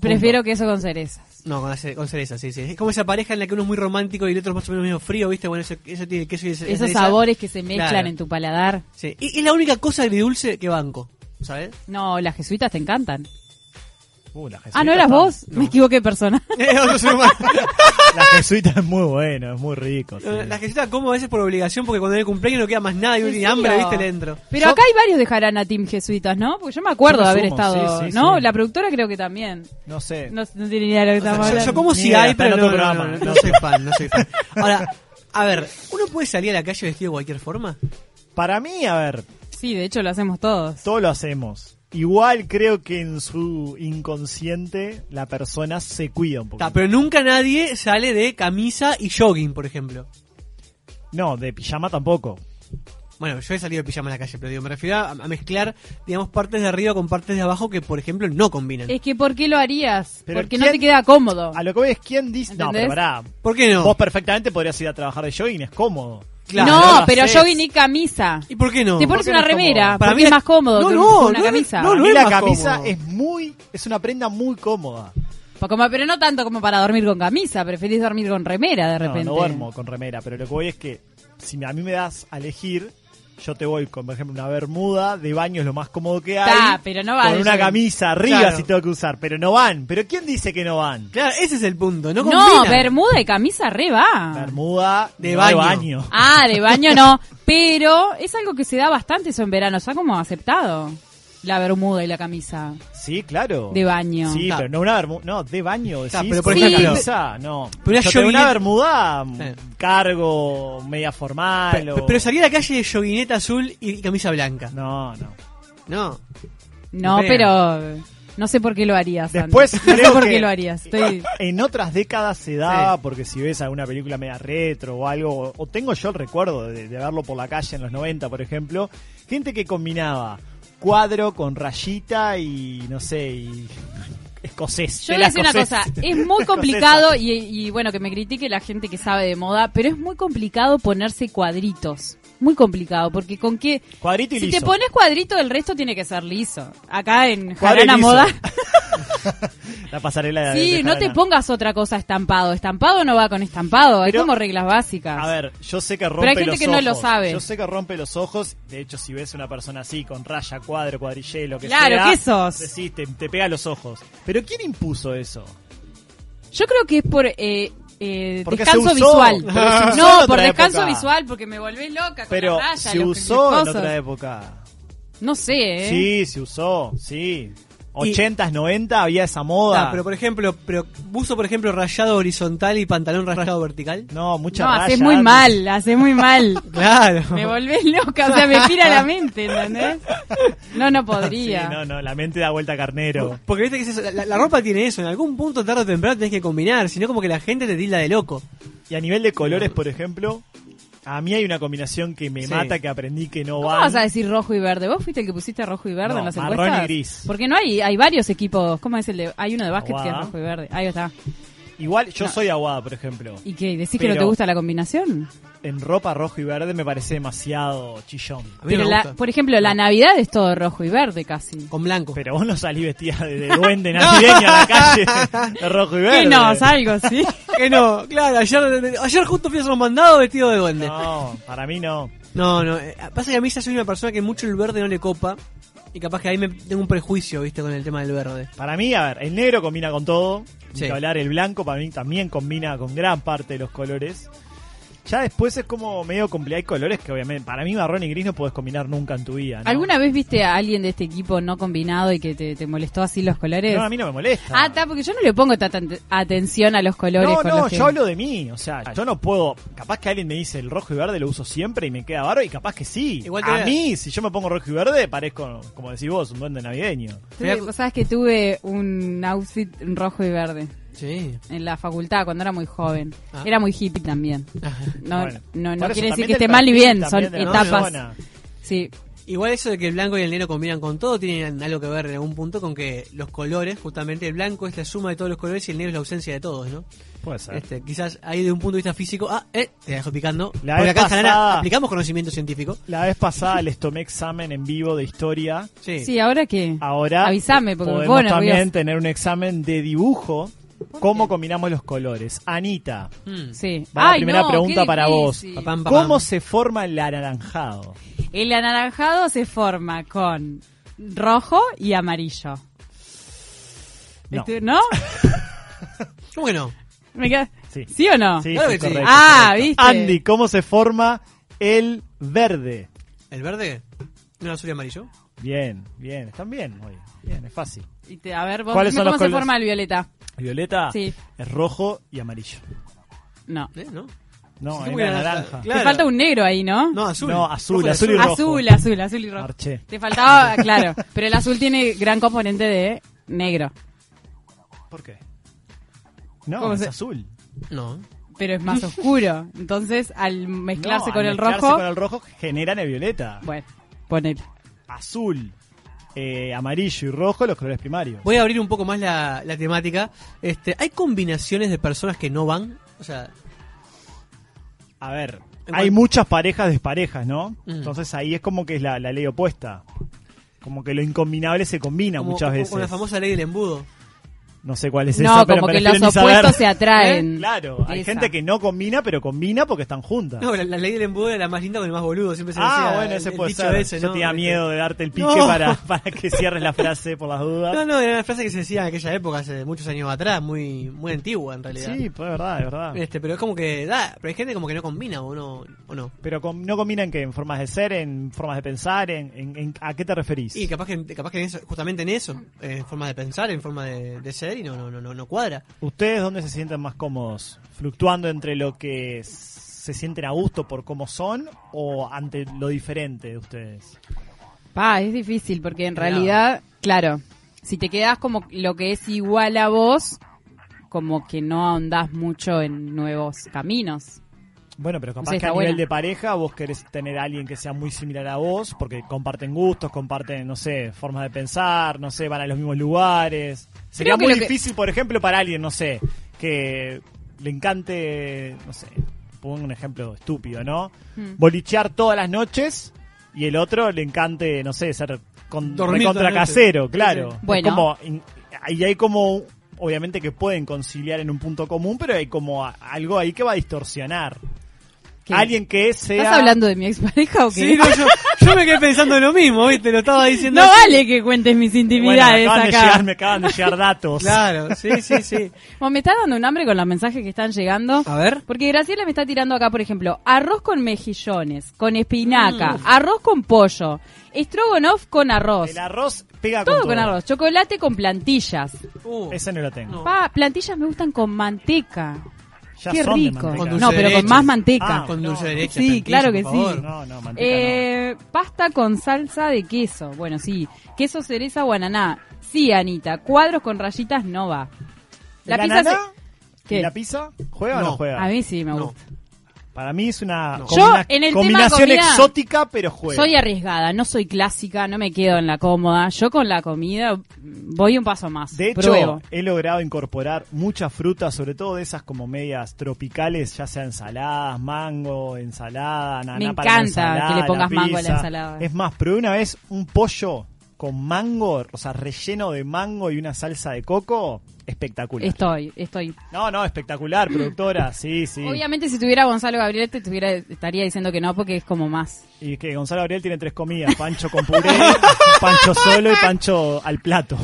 [SPEAKER 2] Prefiero queso con cerezas.
[SPEAKER 3] No, con, ace- con cereza, sí, sí. Es como esa pareja en la que uno es muy romántico y el otro es más o menos medio frío, ¿viste? Bueno, eso, eso tiene queso y cere-
[SPEAKER 2] Esos
[SPEAKER 3] cereza.
[SPEAKER 2] sabores que se mezclan
[SPEAKER 3] Claro.
[SPEAKER 2] en tu paladar.
[SPEAKER 3] Sí. Y es la única cosa agridulce que banco, ¿sabes?
[SPEAKER 2] No, las jesuitas te encantan.
[SPEAKER 1] Uh, la jesuita
[SPEAKER 2] Ah, ¿no eras
[SPEAKER 1] está-
[SPEAKER 2] vos?
[SPEAKER 3] no.
[SPEAKER 2] Me equivoqué de persona.
[SPEAKER 3] Eh, otro ser humano.
[SPEAKER 1] La jesuita es muy bueno, es muy rico. sí.
[SPEAKER 3] La jesuita como a veces por obligación porque cuando es el cumpleaños no queda más nada y uno
[SPEAKER 2] Sí,
[SPEAKER 3] tiene hambre,
[SPEAKER 2] sí,
[SPEAKER 3] ¿viste?
[SPEAKER 2] o-
[SPEAKER 3] Le entro.
[SPEAKER 2] Pero
[SPEAKER 3] Yo-
[SPEAKER 2] acá hay varios de Jarana Team Jesuitas, ¿no? Porque yo me acuerdo
[SPEAKER 1] Yo
[SPEAKER 2] de
[SPEAKER 1] me
[SPEAKER 2] haber
[SPEAKER 1] sumo,
[SPEAKER 2] estado,
[SPEAKER 1] sí, sí,
[SPEAKER 2] ¿no?
[SPEAKER 1] sí.
[SPEAKER 2] La productora creo que también.
[SPEAKER 1] No sé.
[SPEAKER 2] No, no tiene ni idea de lo que
[SPEAKER 3] O
[SPEAKER 2] estamos
[SPEAKER 3] sea, yo,
[SPEAKER 2] hablando.
[SPEAKER 3] yo como
[SPEAKER 1] Ni
[SPEAKER 3] si
[SPEAKER 1] idea,
[SPEAKER 3] hay,
[SPEAKER 1] está
[SPEAKER 3] pero
[SPEAKER 1] en
[SPEAKER 3] no,
[SPEAKER 1] otro
[SPEAKER 3] no, no,
[SPEAKER 1] programa.
[SPEAKER 3] no, no soy fan, no soy fan. Ahora, a ver, ¿uno puede salir a la calle vestido de cualquier forma?
[SPEAKER 1] Para mí, a ver,
[SPEAKER 2] Sí, de hecho lo hacemos todos.
[SPEAKER 1] todo lo hacemos. Igual creo que en su inconsciente la persona se cuida un poco.
[SPEAKER 3] Ta, pero nunca nadie sale de camisa y jogging, por ejemplo.
[SPEAKER 1] No, de pijama tampoco.
[SPEAKER 3] Bueno, yo he salido de pijama a la calle, pero digo, me refiero a, a mezclar, digamos, partes de arriba con partes de abajo que, por ejemplo, no combinan.
[SPEAKER 2] Es que ¿por qué lo harías?
[SPEAKER 1] Pero
[SPEAKER 2] Porque no
[SPEAKER 1] ¿quién-
[SPEAKER 2] te queda cómodo.
[SPEAKER 1] A lo que voy es quién dice. No,
[SPEAKER 2] ¿Entendés?
[SPEAKER 1] pero pará.
[SPEAKER 3] ¿Por qué no?
[SPEAKER 1] Vos perfectamente podrías ir a trabajar de jogging, es cómodo.
[SPEAKER 3] Claro,
[SPEAKER 2] no,
[SPEAKER 1] lo
[SPEAKER 2] pero
[SPEAKER 1] haces.
[SPEAKER 2] jogging y camisa.
[SPEAKER 3] ¿Y por qué no?
[SPEAKER 2] te pones
[SPEAKER 1] qué
[SPEAKER 2] una
[SPEAKER 1] no es cómodo?
[SPEAKER 2] remera,
[SPEAKER 3] Para
[SPEAKER 2] porque
[SPEAKER 3] mí
[SPEAKER 2] es
[SPEAKER 3] la-
[SPEAKER 2] más cómodo
[SPEAKER 3] No,
[SPEAKER 2] que
[SPEAKER 3] no,
[SPEAKER 2] una
[SPEAKER 3] no,
[SPEAKER 2] camisa.
[SPEAKER 3] no,
[SPEAKER 1] Para
[SPEAKER 3] no.
[SPEAKER 1] mí
[SPEAKER 3] es
[SPEAKER 1] la
[SPEAKER 3] más
[SPEAKER 1] camisa
[SPEAKER 3] cómodo.
[SPEAKER 1] es muy. Es una prenda muy cómoda.
[SPEAKER 2] Pues Como- pero no tanto como para dormir con camisa, preferís dormir con remera de
[SPEAKER 1] No,
[SPEAKER 2] repente.
[SPEAKER 1] No, duermo con remera, pero lo que voy es que si a mí me das a elegir, yo te voy con, por ejemplo, una bermuda de baño es lo más cómodo que hay.
[SPEAKER 2] Ta, pero no va
[SPEAKER 1] Con
[SPEAKER 2] de
[SPEAKER 1] una
[SPEAKER 2] jogging.
[SPEAKER 1] camisa arriba
[SPEAKER 3] Claro.
[SPEAKER 1] si tengo que usar, pero no van. ¿Pero quién dice que no van?
[SPEAKER 3] Claro, ese es el punto, no
[SPEAKER 2] No,
[SPEAKER 3] combinan.
[SPEAKER 2] bermuda y camisa re va.
[SPEAKER 1] Bermuda
[SPEAKER 3] De
[SPEAKER 1] no
[SPEAKER 3] baño.
[SPEAKER 2] Ah, de baño no. Pero es algo que se da bastante eso en verano. Está como aceptado. La bermuda y la camisa.
[SPEAKER 1] Sí, claro.
[SPEAKER 2] De baño.
[SPEAKER 1] Sí,
[SPEAKER 3] Ta.
[SPEAKER 1] pero no una bermuda. No, de baño.
[SPEAKER 3] Ta,
[SPEAKER 1] decís,
[SPEAKER 3] pero por
[SPEAKER 1] con una
[SPEAKER 2] ejemplo-
[SPEAKER 1] camisa, no.
[SPEAKER 3] Pero una
[SPEAKER 1] Yo tengo una
[SPEAKER 3] joguineta-
[SPEAKER 1] bermuda, mm,
[SPEAKER 3] Eh.
[SPEAKER 1] cargo, media formal.
[SPEAKER 3] Pe-
[SPEAKER 1] o-
[SPEAKER 3] Pero, salí a la calle de joguineta azul y camisa blanca.
[SPEAKER 1] No, no.
[SPEAKER 3] No. Ah,
[SPEAKER 2] No,
[SPEAKER 3] Bien.
[SPEAKER 2] pero no sé por qué lo harías. Andy.
[SPEAKER 1] Después
[SPEAKER 2] no sé
[SPEAKER 1] creo
[SPEAKER 2] por
[SPEAKER 1] que-
[SPEAKER 2] qué lo harías. Estoy...
[SPEAKER 1] En otras décadas se daba,
[SPEAKER 3] Sí.
[SPEAKER 1] porque si ves alguna película media retro o algo, o- o tengo yo el recuerdo de, de verlo por la calle en los 90, por ejemplo, gente que combinaba cuadro con rayita y, no sé, y escocés.
[SPEAKER 2] Yo voy a
[SPEAKER 1] tela
[SPEAKER 2] decir una cosa, eh,
[SPEAKER 1] escocesa.
[SPEAKER 2] es muy complicado y, y bueno, que me critique la gente que sabe de moda, pero es muy complicado ponerse cuadritos. Muy complicado, porque con qué...
[SPEAKER 1] Cuadrito y
[SPEAKER 2] Si
[SPEAKER 1] liso.
[SPEAKER 2] te pones cuadrito, el resto tiene que ser liso. Acá en
[SPEAKER 1] Cuadro y
[SPEAKER 2] Jarana
[SPEAKER 1] liso.
[SPEAKER 2] Moda...
[SPEAKER 1] la pasarela de
[SPEAKER 2] Sí,
[SPEAKER 1] de
[SPEAKER 2] no te
[SPEAKER 1] Jarana.
[SPEAKER 2] pongas otra cosa estampado. Estampado no va con estampado, hay
[SPEAKER 1] Pero-
[SPEAKER 2] como reglas básicas.
[SPEAKER 1] A ver, yo sé que rompe
[SPEAKER 2] hay gente
[SPEAKER 1] los
[SPEAKER 2] que no lo
[SPEAKER 1] ojos.
[SPEAKER 2] sabe.
[SPEAKER 1] Yo sé que rompe los ojos. De hecho, si ves una persona así, con raya, cuadro, cuadrillelo, que
[SPEAKER 2] Claro,
[SPEAKER 1] sea,
[SPEAKER 2] ¿qué sos?
[SPEAKER 1] decís, te, te pega los ojos. Pero ¿quién impuso eso?
[SPEAKER 2] Yo creo que es por eh, eh,
[SPEAKER 1] Porque se
[SPEAKER 2] descanso
[SPEAKER 1] usó,
[SPEAKER 2] visual.
[SPEAKER 1] pero se usó en
[SPEAKER 2] No,
[SPEAKER 1] otra
[SPEAKER 2] por descanso
[SPEAKER 1] época.
[SPEAKER 2] visual, porque me volví loca con
[SPEAKER 1] Pero
[SPEAKER 2] la raya,
[SPEAKER 1] se
[SPEAKER 2] los
[SPEAKER 1] usó en
[SPEAKER 2] cosas.
[SPEAKER 1] otra época.
[SPEAKER 2] No sé, ¿eh?
[SPEAKER 1] Sí, se usó, sí. 80s, 90 había esa moda.
[SPEAKER 3] Ah, pero por ejemplo, pero buzo por ejemplo rayado horizontal y pantalón rayado vertical.
[SPEAKER 1] No, mucha
[SPEAKER 2] no,
[SPEAKER 1] raya.
[SPEAKER 2] haces muy mal, haces muy mal.
[SPEAKER 3] Claro.
[SPEAKER 2] Me volvés loca, o sea, me gira la mente, ¿entendés? No, no
[SPEAKER 1] Sí,
[SPEAKER 2] podría.
[SPEAKER 1] no, no, la mente da vuelta a carnero.
[SPEAKER 3] Porque viste que es eso, la, la ropa tiene eso, en algún punto tarde o temprano tenés que combinar, sino como que la gente te tilda de loco.
[SPEAKER 1] Y a nivel de colores, por ejemplo, a mí hay una combinación que me
[SPEAKER 3] Sí.
[SPEAKER 1] mata, que aprendí que no
[SPEAKER 2] ¿Cómo
[SPEAKER 1] va.
[SPEAKER 2] vas a decir rojo y verde? ¿Vos fuiste el que pusiste rojo y verde
[SPEAKER 1] No,
[SPEAKER 2] en las
[SPEAKER 1] marrón
[SPEAKER 2] encuestas?
[SPEAKER 1] y gris.
[SPEAKER 2] Porque no hay, hay varios equipos. ¿Cómo es el de.? Hay uno de básquet que es
[SPEAKER 1] Aguada.
[SPEAKER 2] rojo y verde. Ahí está.
[SPEAKER 1] Igual, yo
[SPEAKER 2] No.
[SPEAKER 1] soy aguada, por ejemplo.
[SPEAKER 2] ¿Y qué? ¿Decís que no
[SPEAKER 1] Pero-
[SPEAKER 2] te gusta la combinación?
[SPEAKER 1] En ropa rojo y verde me parece demasiado chillón.
[SPEAKER 3] A mí no
[SPEAKER 2] Pero
[SPEAKER 3] me
[SPEAKER 2] la-
[SPEAKER 3] gusta.
[SPEAKER 2] por ejemplo, la Navidad es todo rojo y verde casi.
[SPEAKER 3] Con blanco.
[SPEAKER 1] Pero vos no salís vestida de, de duende navideño a la calle de rojo y verde.
[SPEAKER 2] Que no, algo, sí.
[SPEAKER 3] que no, claro, ayer, ayer justo fui a ser mandado vestido de duende.
[SPEAKER 1] No, para mí no.
[SPEAKER 3] No, no, eh, pasa que a mí ya soy una persona que mucho el verde no le copa y capaz que ahí me tengo un prejuicio, viste, con el tema del verde.
[SPEAKER 1] Para mí, a ver, el negro combina con todo. ni
[SPEAKER 3] Sí.
[SPEAKER 1] que hablar, el blanco para mí también combina con gran parte de los colores. Ya después es como medio complicado. Hay colores que obviamente, para mí marrón y gris no puedes combinar nunca en tu vida. ¿no?
[SPEAKER 2] ¿Alguna vez viste a alguien de este equipo no combinado y que te, te molestó así los colores?
[SPEAKER 1] No, a mí no me molesta.
[SPEAKER 2] Ah, está, porque yo no le pongo tanta ante- atención a los colores.
[SPEAKER 1] no,
[SPEAKER 2] con
[SPEAKER 1] no,
[SPEAKER 2] los que-
[SPEAKER 1] yo hablo de mí. O sea, yo no puedo. Capaz que alguien me dice el rojo y verde lo uso siempre y me queda barro y capaz que sí.
[SPEAKER 3] Igual te voy
[SPEAKER 1] a
[SPEAKER 3] a-
[SPEAKER 1] mí, si yo me pongo rojo y verde, parezco, como decís vos, un duende navideño.
[SPEAKER 2] Tuve- Vos sabés que tuve un outfit rojo y verde
[SPEAKER 3] Sí.
[SPEAKER 2] en la facultad cuando era muy joven.
[SPEAKER 3] Ah.
[SPEAKER 2] Era muy hippie también. No,
[SPEAKER 1] Bueno.
[SPEAKER 2] no, no
[SPEAKER 1] Por eso
[SPEAKER 2] quiere decir
[SPEAKER 1] también
[SPEAKER 2] que esté
[SPEAKER 1] del
[SPEAKER 2] mal y
[SPEAKER 1] perfil
[SPEAKER 2] bien, son
[SPEAKER 1] también de la
[SPEAKER 2] etapas.
[SPEAKER 1] persona.
[SPEAKER 2] Sí.
[SPEAKER 3] Igual eso de que el blanco y el negro combinan con todo tienen algo que ver en algún punto con que los colores, justamente el blanco es la suma de todos los colores y el negro es la ausencia de todos, ¿no?
[SPEAKER 1] Puede ser.
[SPEAKER 3] Este, quizás ahí de un punto de vista físico, ah, eh, te la dejo picando.
[SPEAKER 1] La
[SPEAKER 3] Porque
[SPEAKER 1] vez
[SPEAKER 3] acá en Sanara
[SPEAKER 1] pasada-
[SPEAKER 3] aplicamos conocimiento científico.
[SPEAKER 1] La vez pasada les tomé examen en vivo de historia.
[SPEAKER 3] Sí.
[SPEAKER 2] Sí, ahora que.
[SPEAKER 1] Ahora
[SPEAKER 2] Avísame, porque me
[SPEAKER 1] podemos
[SPEAKER 2] pongo nerviosa.
[SPEAKER 1] también tener un examen de dibujo. ¿Cómo combinamos los colores? Anita,
[SPEAKER 3] Mm.
[SPEAKER 2] Sí.
[SPEAKER 1] va la
[SPEAKER 2] Ay,
[SPEAKER 1] primera
[SPEAKER 2] no,
[SPEAKER 1] pregunta
[SPEAKER 2] qué
[SPEAKER 1] para vos.
[SPEAKER 2] difícil.
[SPEAKER 3] Papam, papam.
[SPEAKER 1] ¿Cómo se forma el anaranjado?
[SPEAKER 2] El anaranjado se forma con rojo y amarillo.
[SPEAKER 1] No.
[SPEAKER 2] Este- ¿No?
[SPEAKER 3] ¿Cómo que no?
[SPEAKER 2] Me queda-
[SPEAKER 1] Sí.
[SPEAKER 2] ¿Sí o no?
[SPEAKER 1] Sí,
[SPEAKER 3] Claro
[SPEAKER 1] sí,
[SPEAKER 3] que sí.
[SPEAKER 1] correcto,
[SPEAKER 2] Ah,
[SPEAKER 1] correcto.
[SPEAKER 2] ¿viste?
[SPEAKER 1] Andy, ¿cómo se forma el verde?
[SPEAKER 3] ¿El verde? ¿No azul y amarillo?
[SPEAKER 1] Bien, bien, están bien, muy bien, es fácil.
[SPEAKER 2] Y te- a ver, vos
[SPEAKER 1] ¿Cuáles
[SPEAKER 2] dime
[SPEAKER 1] son los
[SPEAKER 2] cómo se
[SPEAKER 1] colores?
[SPEAKER 2] forma el violeta.
[SPEAKER 1] Violeta
[SPEAKER 2] Sí.
[SPEAKER 1] es rojo y amarillo.
[SPEAKER 2] No.
[SPEAKER 3] ¿Eh? ¿No?
[SPEAKER 1] No,
[SPEAKER 3] Sí,
[SPEAKER 1] hay
[SPEAKER 3] muy
[SPEAKER 1] una
[SPEAKER 3] naranja.
[SPEAKER 1] naranja.
[SPEAKER 3] Claro.
[SPEAKER 2] Te falta un negro ahí, ¿no?
[SPEAKER 3] No, azul.
[SPEAKER 1] No, azul,
[SPEAKER 3] Ojo,
[SPEAKER 1] azul y rojo.
[SPEAKER 2] azul, azul, azul y rojo.
[SPEAKER 1] Marché.
[SPEAKER 2] Te faltaba, claro. Pero el azul tiene gran componente de negro.
[SPEAKER 1] ¿Por qué?
[SPEAKER 2] ¿Cómo
[SPEAKER 1] No, es
[SPEAKER 2] se-
[SPEAKER 1] azul.
[SPEAKER 3] No.
[SPEAKER 2] Pero es más oscuro. Entonces, al mezclarse
[SPEAKER 1] No,
[SPEAKER 2] con el
[SPEAKER 1] al mezclarse
[SPEAKER 2] rojo.
[SPEAKER 1] con el rojo generan el violeta.
[SPEAKER 2] Bueno, ponele.
[SPEAKER 1] Azul, eh, amarillo y rojo los colores primarios.
[SPEAKER 3] Voy a abrir un poco más la, la temática. Este, ¿Hay combinaciones de personas que no van? O sea,
[SPEAKER 1] A ver,
[SPEAKER 3] En
[SPEAKER 1] hay
[SPEAKER 3] cuan-
[SPEAKER 1] muchas parejas desparejas, ¿no?
[SPEAKER 3] Mm.
[SPEAKER 1] Entonces ahí es como que es la, la ley opuesta. Como que lo incombinable se combina
[SPEAKER 3] como,
[SPEAKER 1] muchas
[SPEAKER 3] como
[SPEAKER 1] veces.
[SPEAKER 3] con la famosa ley del embudo.
[SPEAKER 1] No sé cuál es
[SPEAKER 2] no,
[SPEAKER 1] esa, pero
[SPEAKER 2] como
[SPEAKER 1] me
[SPEAKER 2] que los
[SPEAKER 1] refiero ni
[SPEAKER 2] opuestos
[SPEAKER 1] saber.
[SPEAKER 2] se atraen.
[SPEAKER 1] ¿Eh? Claro, hay
[SPEAKER 2] Esa.
[SPEAKER 1] gente que no combina, pero combina porque están juntas.
[SPEAKER 3] No, la, la ley del embudo era la más linda con el más boludo. Siempre se
[SPEAKER 1] ah,
[SPEAKER 3] decía
[SPEAKER 1] bueno,
[SPEAKER 3] el-
[SPEAKER 1] ese
[SPEAKER 3] el
[SPEAKER 1] puede
[SPEAKER 3] dicho
[SPEAKER 1] ser.
[SPEAKER 3] ese,
[SPEAKER 1] Yo
[SPEAKER 3] ¿no?
[SPEAKER 1] tenía
[SPEAKER 3] Este,
[SPEAKER 1] miedo de darte el pique
[SPEAKER 3] No.
[SPEAKER 1] para, para que cierres la frase por las dudas.
[SPEAKER 3] No, no, era una frase que se decía en aquella época, hace muchos años atrás, muy, muy antigua en realidad.
[SPEAKER 1] sí, pues es verdad, es verdad.
[SPEAKER 3] Este, pero es como que da, pero hay gente como que no combina o no, o no.
[SPEAKER 1] Pero com- no combinan que en formas de ser, en formas de pensar, en, en- en- ¿a qué te referís?
[SPEAKER 3] Y capaz que, capaz que en eso- justamente en eso, eh, en forma de pensar, en forma de, de ser y no, no, no, no, no cuadra.
[SPEAKER 1] ¿Ustedes dónde se sienten más cómodos? ¿Fluctuando entre lo que s- se sienten a gusto por cómo son o ante lo diferente de ustedes?
[SPEAKER 2] Pa, es difícil porque en
[SPEAKER 3] Claro.
[SPEAKER 2] realidad, claro, si te quedas como lo que es igual a vos, como que no ahondás mucho en nuevos caminos.
[SPEAKER 1] Bueno, pero capaz
[SPEAKER 2] Sí,
[SPEAKER 1] que
[SPEAKER 2] está
[SPEAKER 1] a nivel
[SPEAKER 2] buena.
[SPEAKER 1] de pareja vos querés tener a alguien que sea muy similar a vos porque comparten gustos, comparten, no sé, formas de pensar, no sé, van a los mismos lugares. Sería
[SPEAKER 2] Creo que
[SPEAKER 1] muy
[SPEAKER 2] lo que-
[SPEAKER 1] difícil, por ejemplo, para alguien, no sé, que le encante, no sé, pongo un ejemplo estúpido, ¿no?
[SPEAKER 2] Mm.
[SPEAKER 1] Bolichear todas las noches y el otro le encante, no sé, ser con,
[SPEAKER 3] Dormir
[SPEAKER 1] recontra
[SPEAKER 3] todas las noches.
[SPEAKER 1] casero, claro.
[SPEAKER 3] Sí,
[SPEAKER 2] sí. Bueno.
[SPEAKER 1] Es como, in- ahí hay como, obviamente que pueden conciliar en un punto común, pero hay como a- algo ahí que va a distorsionar.
[SPEAKER 2] ¿Qué?
[SPEAKER 1] Alguien que sea...
[SPEAKER 2] ¿Estás hablando de mi expareja o qué?
[SPEAKER 3] Sí, no, yo, yo me quedé pensando en lo mismo, ¿viste? Lo estaba diciendo.
[SPEAKER 2] No vale que cuentes mis
[SPEAKER 1] Bueno,
[SPEAKER 2] intimidades
[SPEAKER 1] acaban De
[SPEAKER 2] acá.
[SPEAKER 1] llegar, me acaban de llegar datos.
[SPEAKER 3] Claro, sí, sí, sí.
[SPEAKER 2] Bueno, me está dando un hambre con los mensajes que están llegando.
[SPEAKER 3] A ver.
[SPEAKER 2] Porque Graciela me está tirando acá, por ejemplo, arroz con mejillones, con espinaca,
[SPEAKER 1] Mm.
[SPEAKER 2] arroz con pollo, estrogonoff con arroz,
[SPEAKER 1] El arroz pega
[SPEAKER 2] todo
[SPEAKER 1] con,
[SPEAKER 2] con arroz, chocolate con plantillas.
[SPEAKER 3] Uh,
[SPEAKER 1] Ese no lo tengo.
[SPEAKER 3] No.
[SPEAKER 2] Pa, plantillas me gustan con manteca.
[SPEAKER 1] Ya
[SPEAKER 2] Qué
[SPEAKER 1] son de
[SPEAKER 2] rico.
[SPEAKER 1] manteca.
[SPEAKER 3] Con dulce
[SPEAKER 2] No,
[SPEAKER 3] de
[SPEAKER 2] pero con
[SPEAKER 3] leche.
[SPEAKER 2] más manteca.
[SPEAKER 1] Ah,
[SPEAKER 3] con
[SPEAKER 1] no.
[SPEAKER 3] dulce de leche.
[SPEAKER 2] Sí,
[SPEAKER 3] plantillo,
[SPEAKER 2] claro
[SPEAKER 3] por
[SPEAKER 2] que
[SPEAKER 3] favor.
[SPEAKER 2] sí.
[SPEAKER 1] No, no, manteca
[SPEAKER 2] Eh, pasta con salsa de queso. Bueno, sí. Queso cereza guananá. Sí, Anita. Cuadros con rayitas no va.
[SPEAKER 1] no. ¿La,
[SPEAKER 2] pizza
[SPEAKER 1] nana?
[SPEAKER 2] se- ¿Qué?
[SPEAKER 1] ¿La pizza? ¿Juega o
[SPEAKER 3] No.
[SPEAKER 1] no juega?
[SPEAKER 2] A mí sí me
[SPEAKER 3] No.
[SPEAKER 2] gusta.
[SPEAKER 1] Para mí es una
[SPEAKER 3] No.
[SPEAKER 1] combina-
[SPEAKER 2] Yo, en el tema
[SPEAKER 1] combinación
[SPEAKER 2] comida,
[SPEAKER 1] exótica, pero juega.
[SPEAKER 2] Soy arriesgada, no soy clásica, no me quedo en la cómoda. Yo con la comida voy un paso más.
[SPEAKER 1] De hecho,
[SPEAKER 2] Pruebo.
[SPEAKER 1] he logrado incorporar muchas frutas, sobre todo de esas como medias tropicales, ya sea ensaladas, mango, ensalada, naná
[SPEAKER 2] Me
[SPEAKER 1] para la
[SPEAKER 2] encanta
[SPEAKER 1] ensalada,
[SPEAKER 2] que le pongas
[SPEAKER 1] la
[SPEAKER 2] mango a la
[SPEAKER 1] pizza.
[SPEAKER 2] ensalada.
[SPEAKER 1] Es más, probé una vez un pollo con mango, o sea, relleno de mango y una salsa de coco, espectacular.
[SPEAKER 2] estoy, estoy.
[SPEAKER 1] No, no, espectacular, productora, sí, sí.
[SPEAKER 2] Obviamente si tuviera Gonzalo Gabriel te estuviera, estaría diciendo que no porque es como más.
[SPEAKER 1] Y que Gonzalo Gabriel tiene tres comidas, pancho con puré, pancho solo y pancho al plato.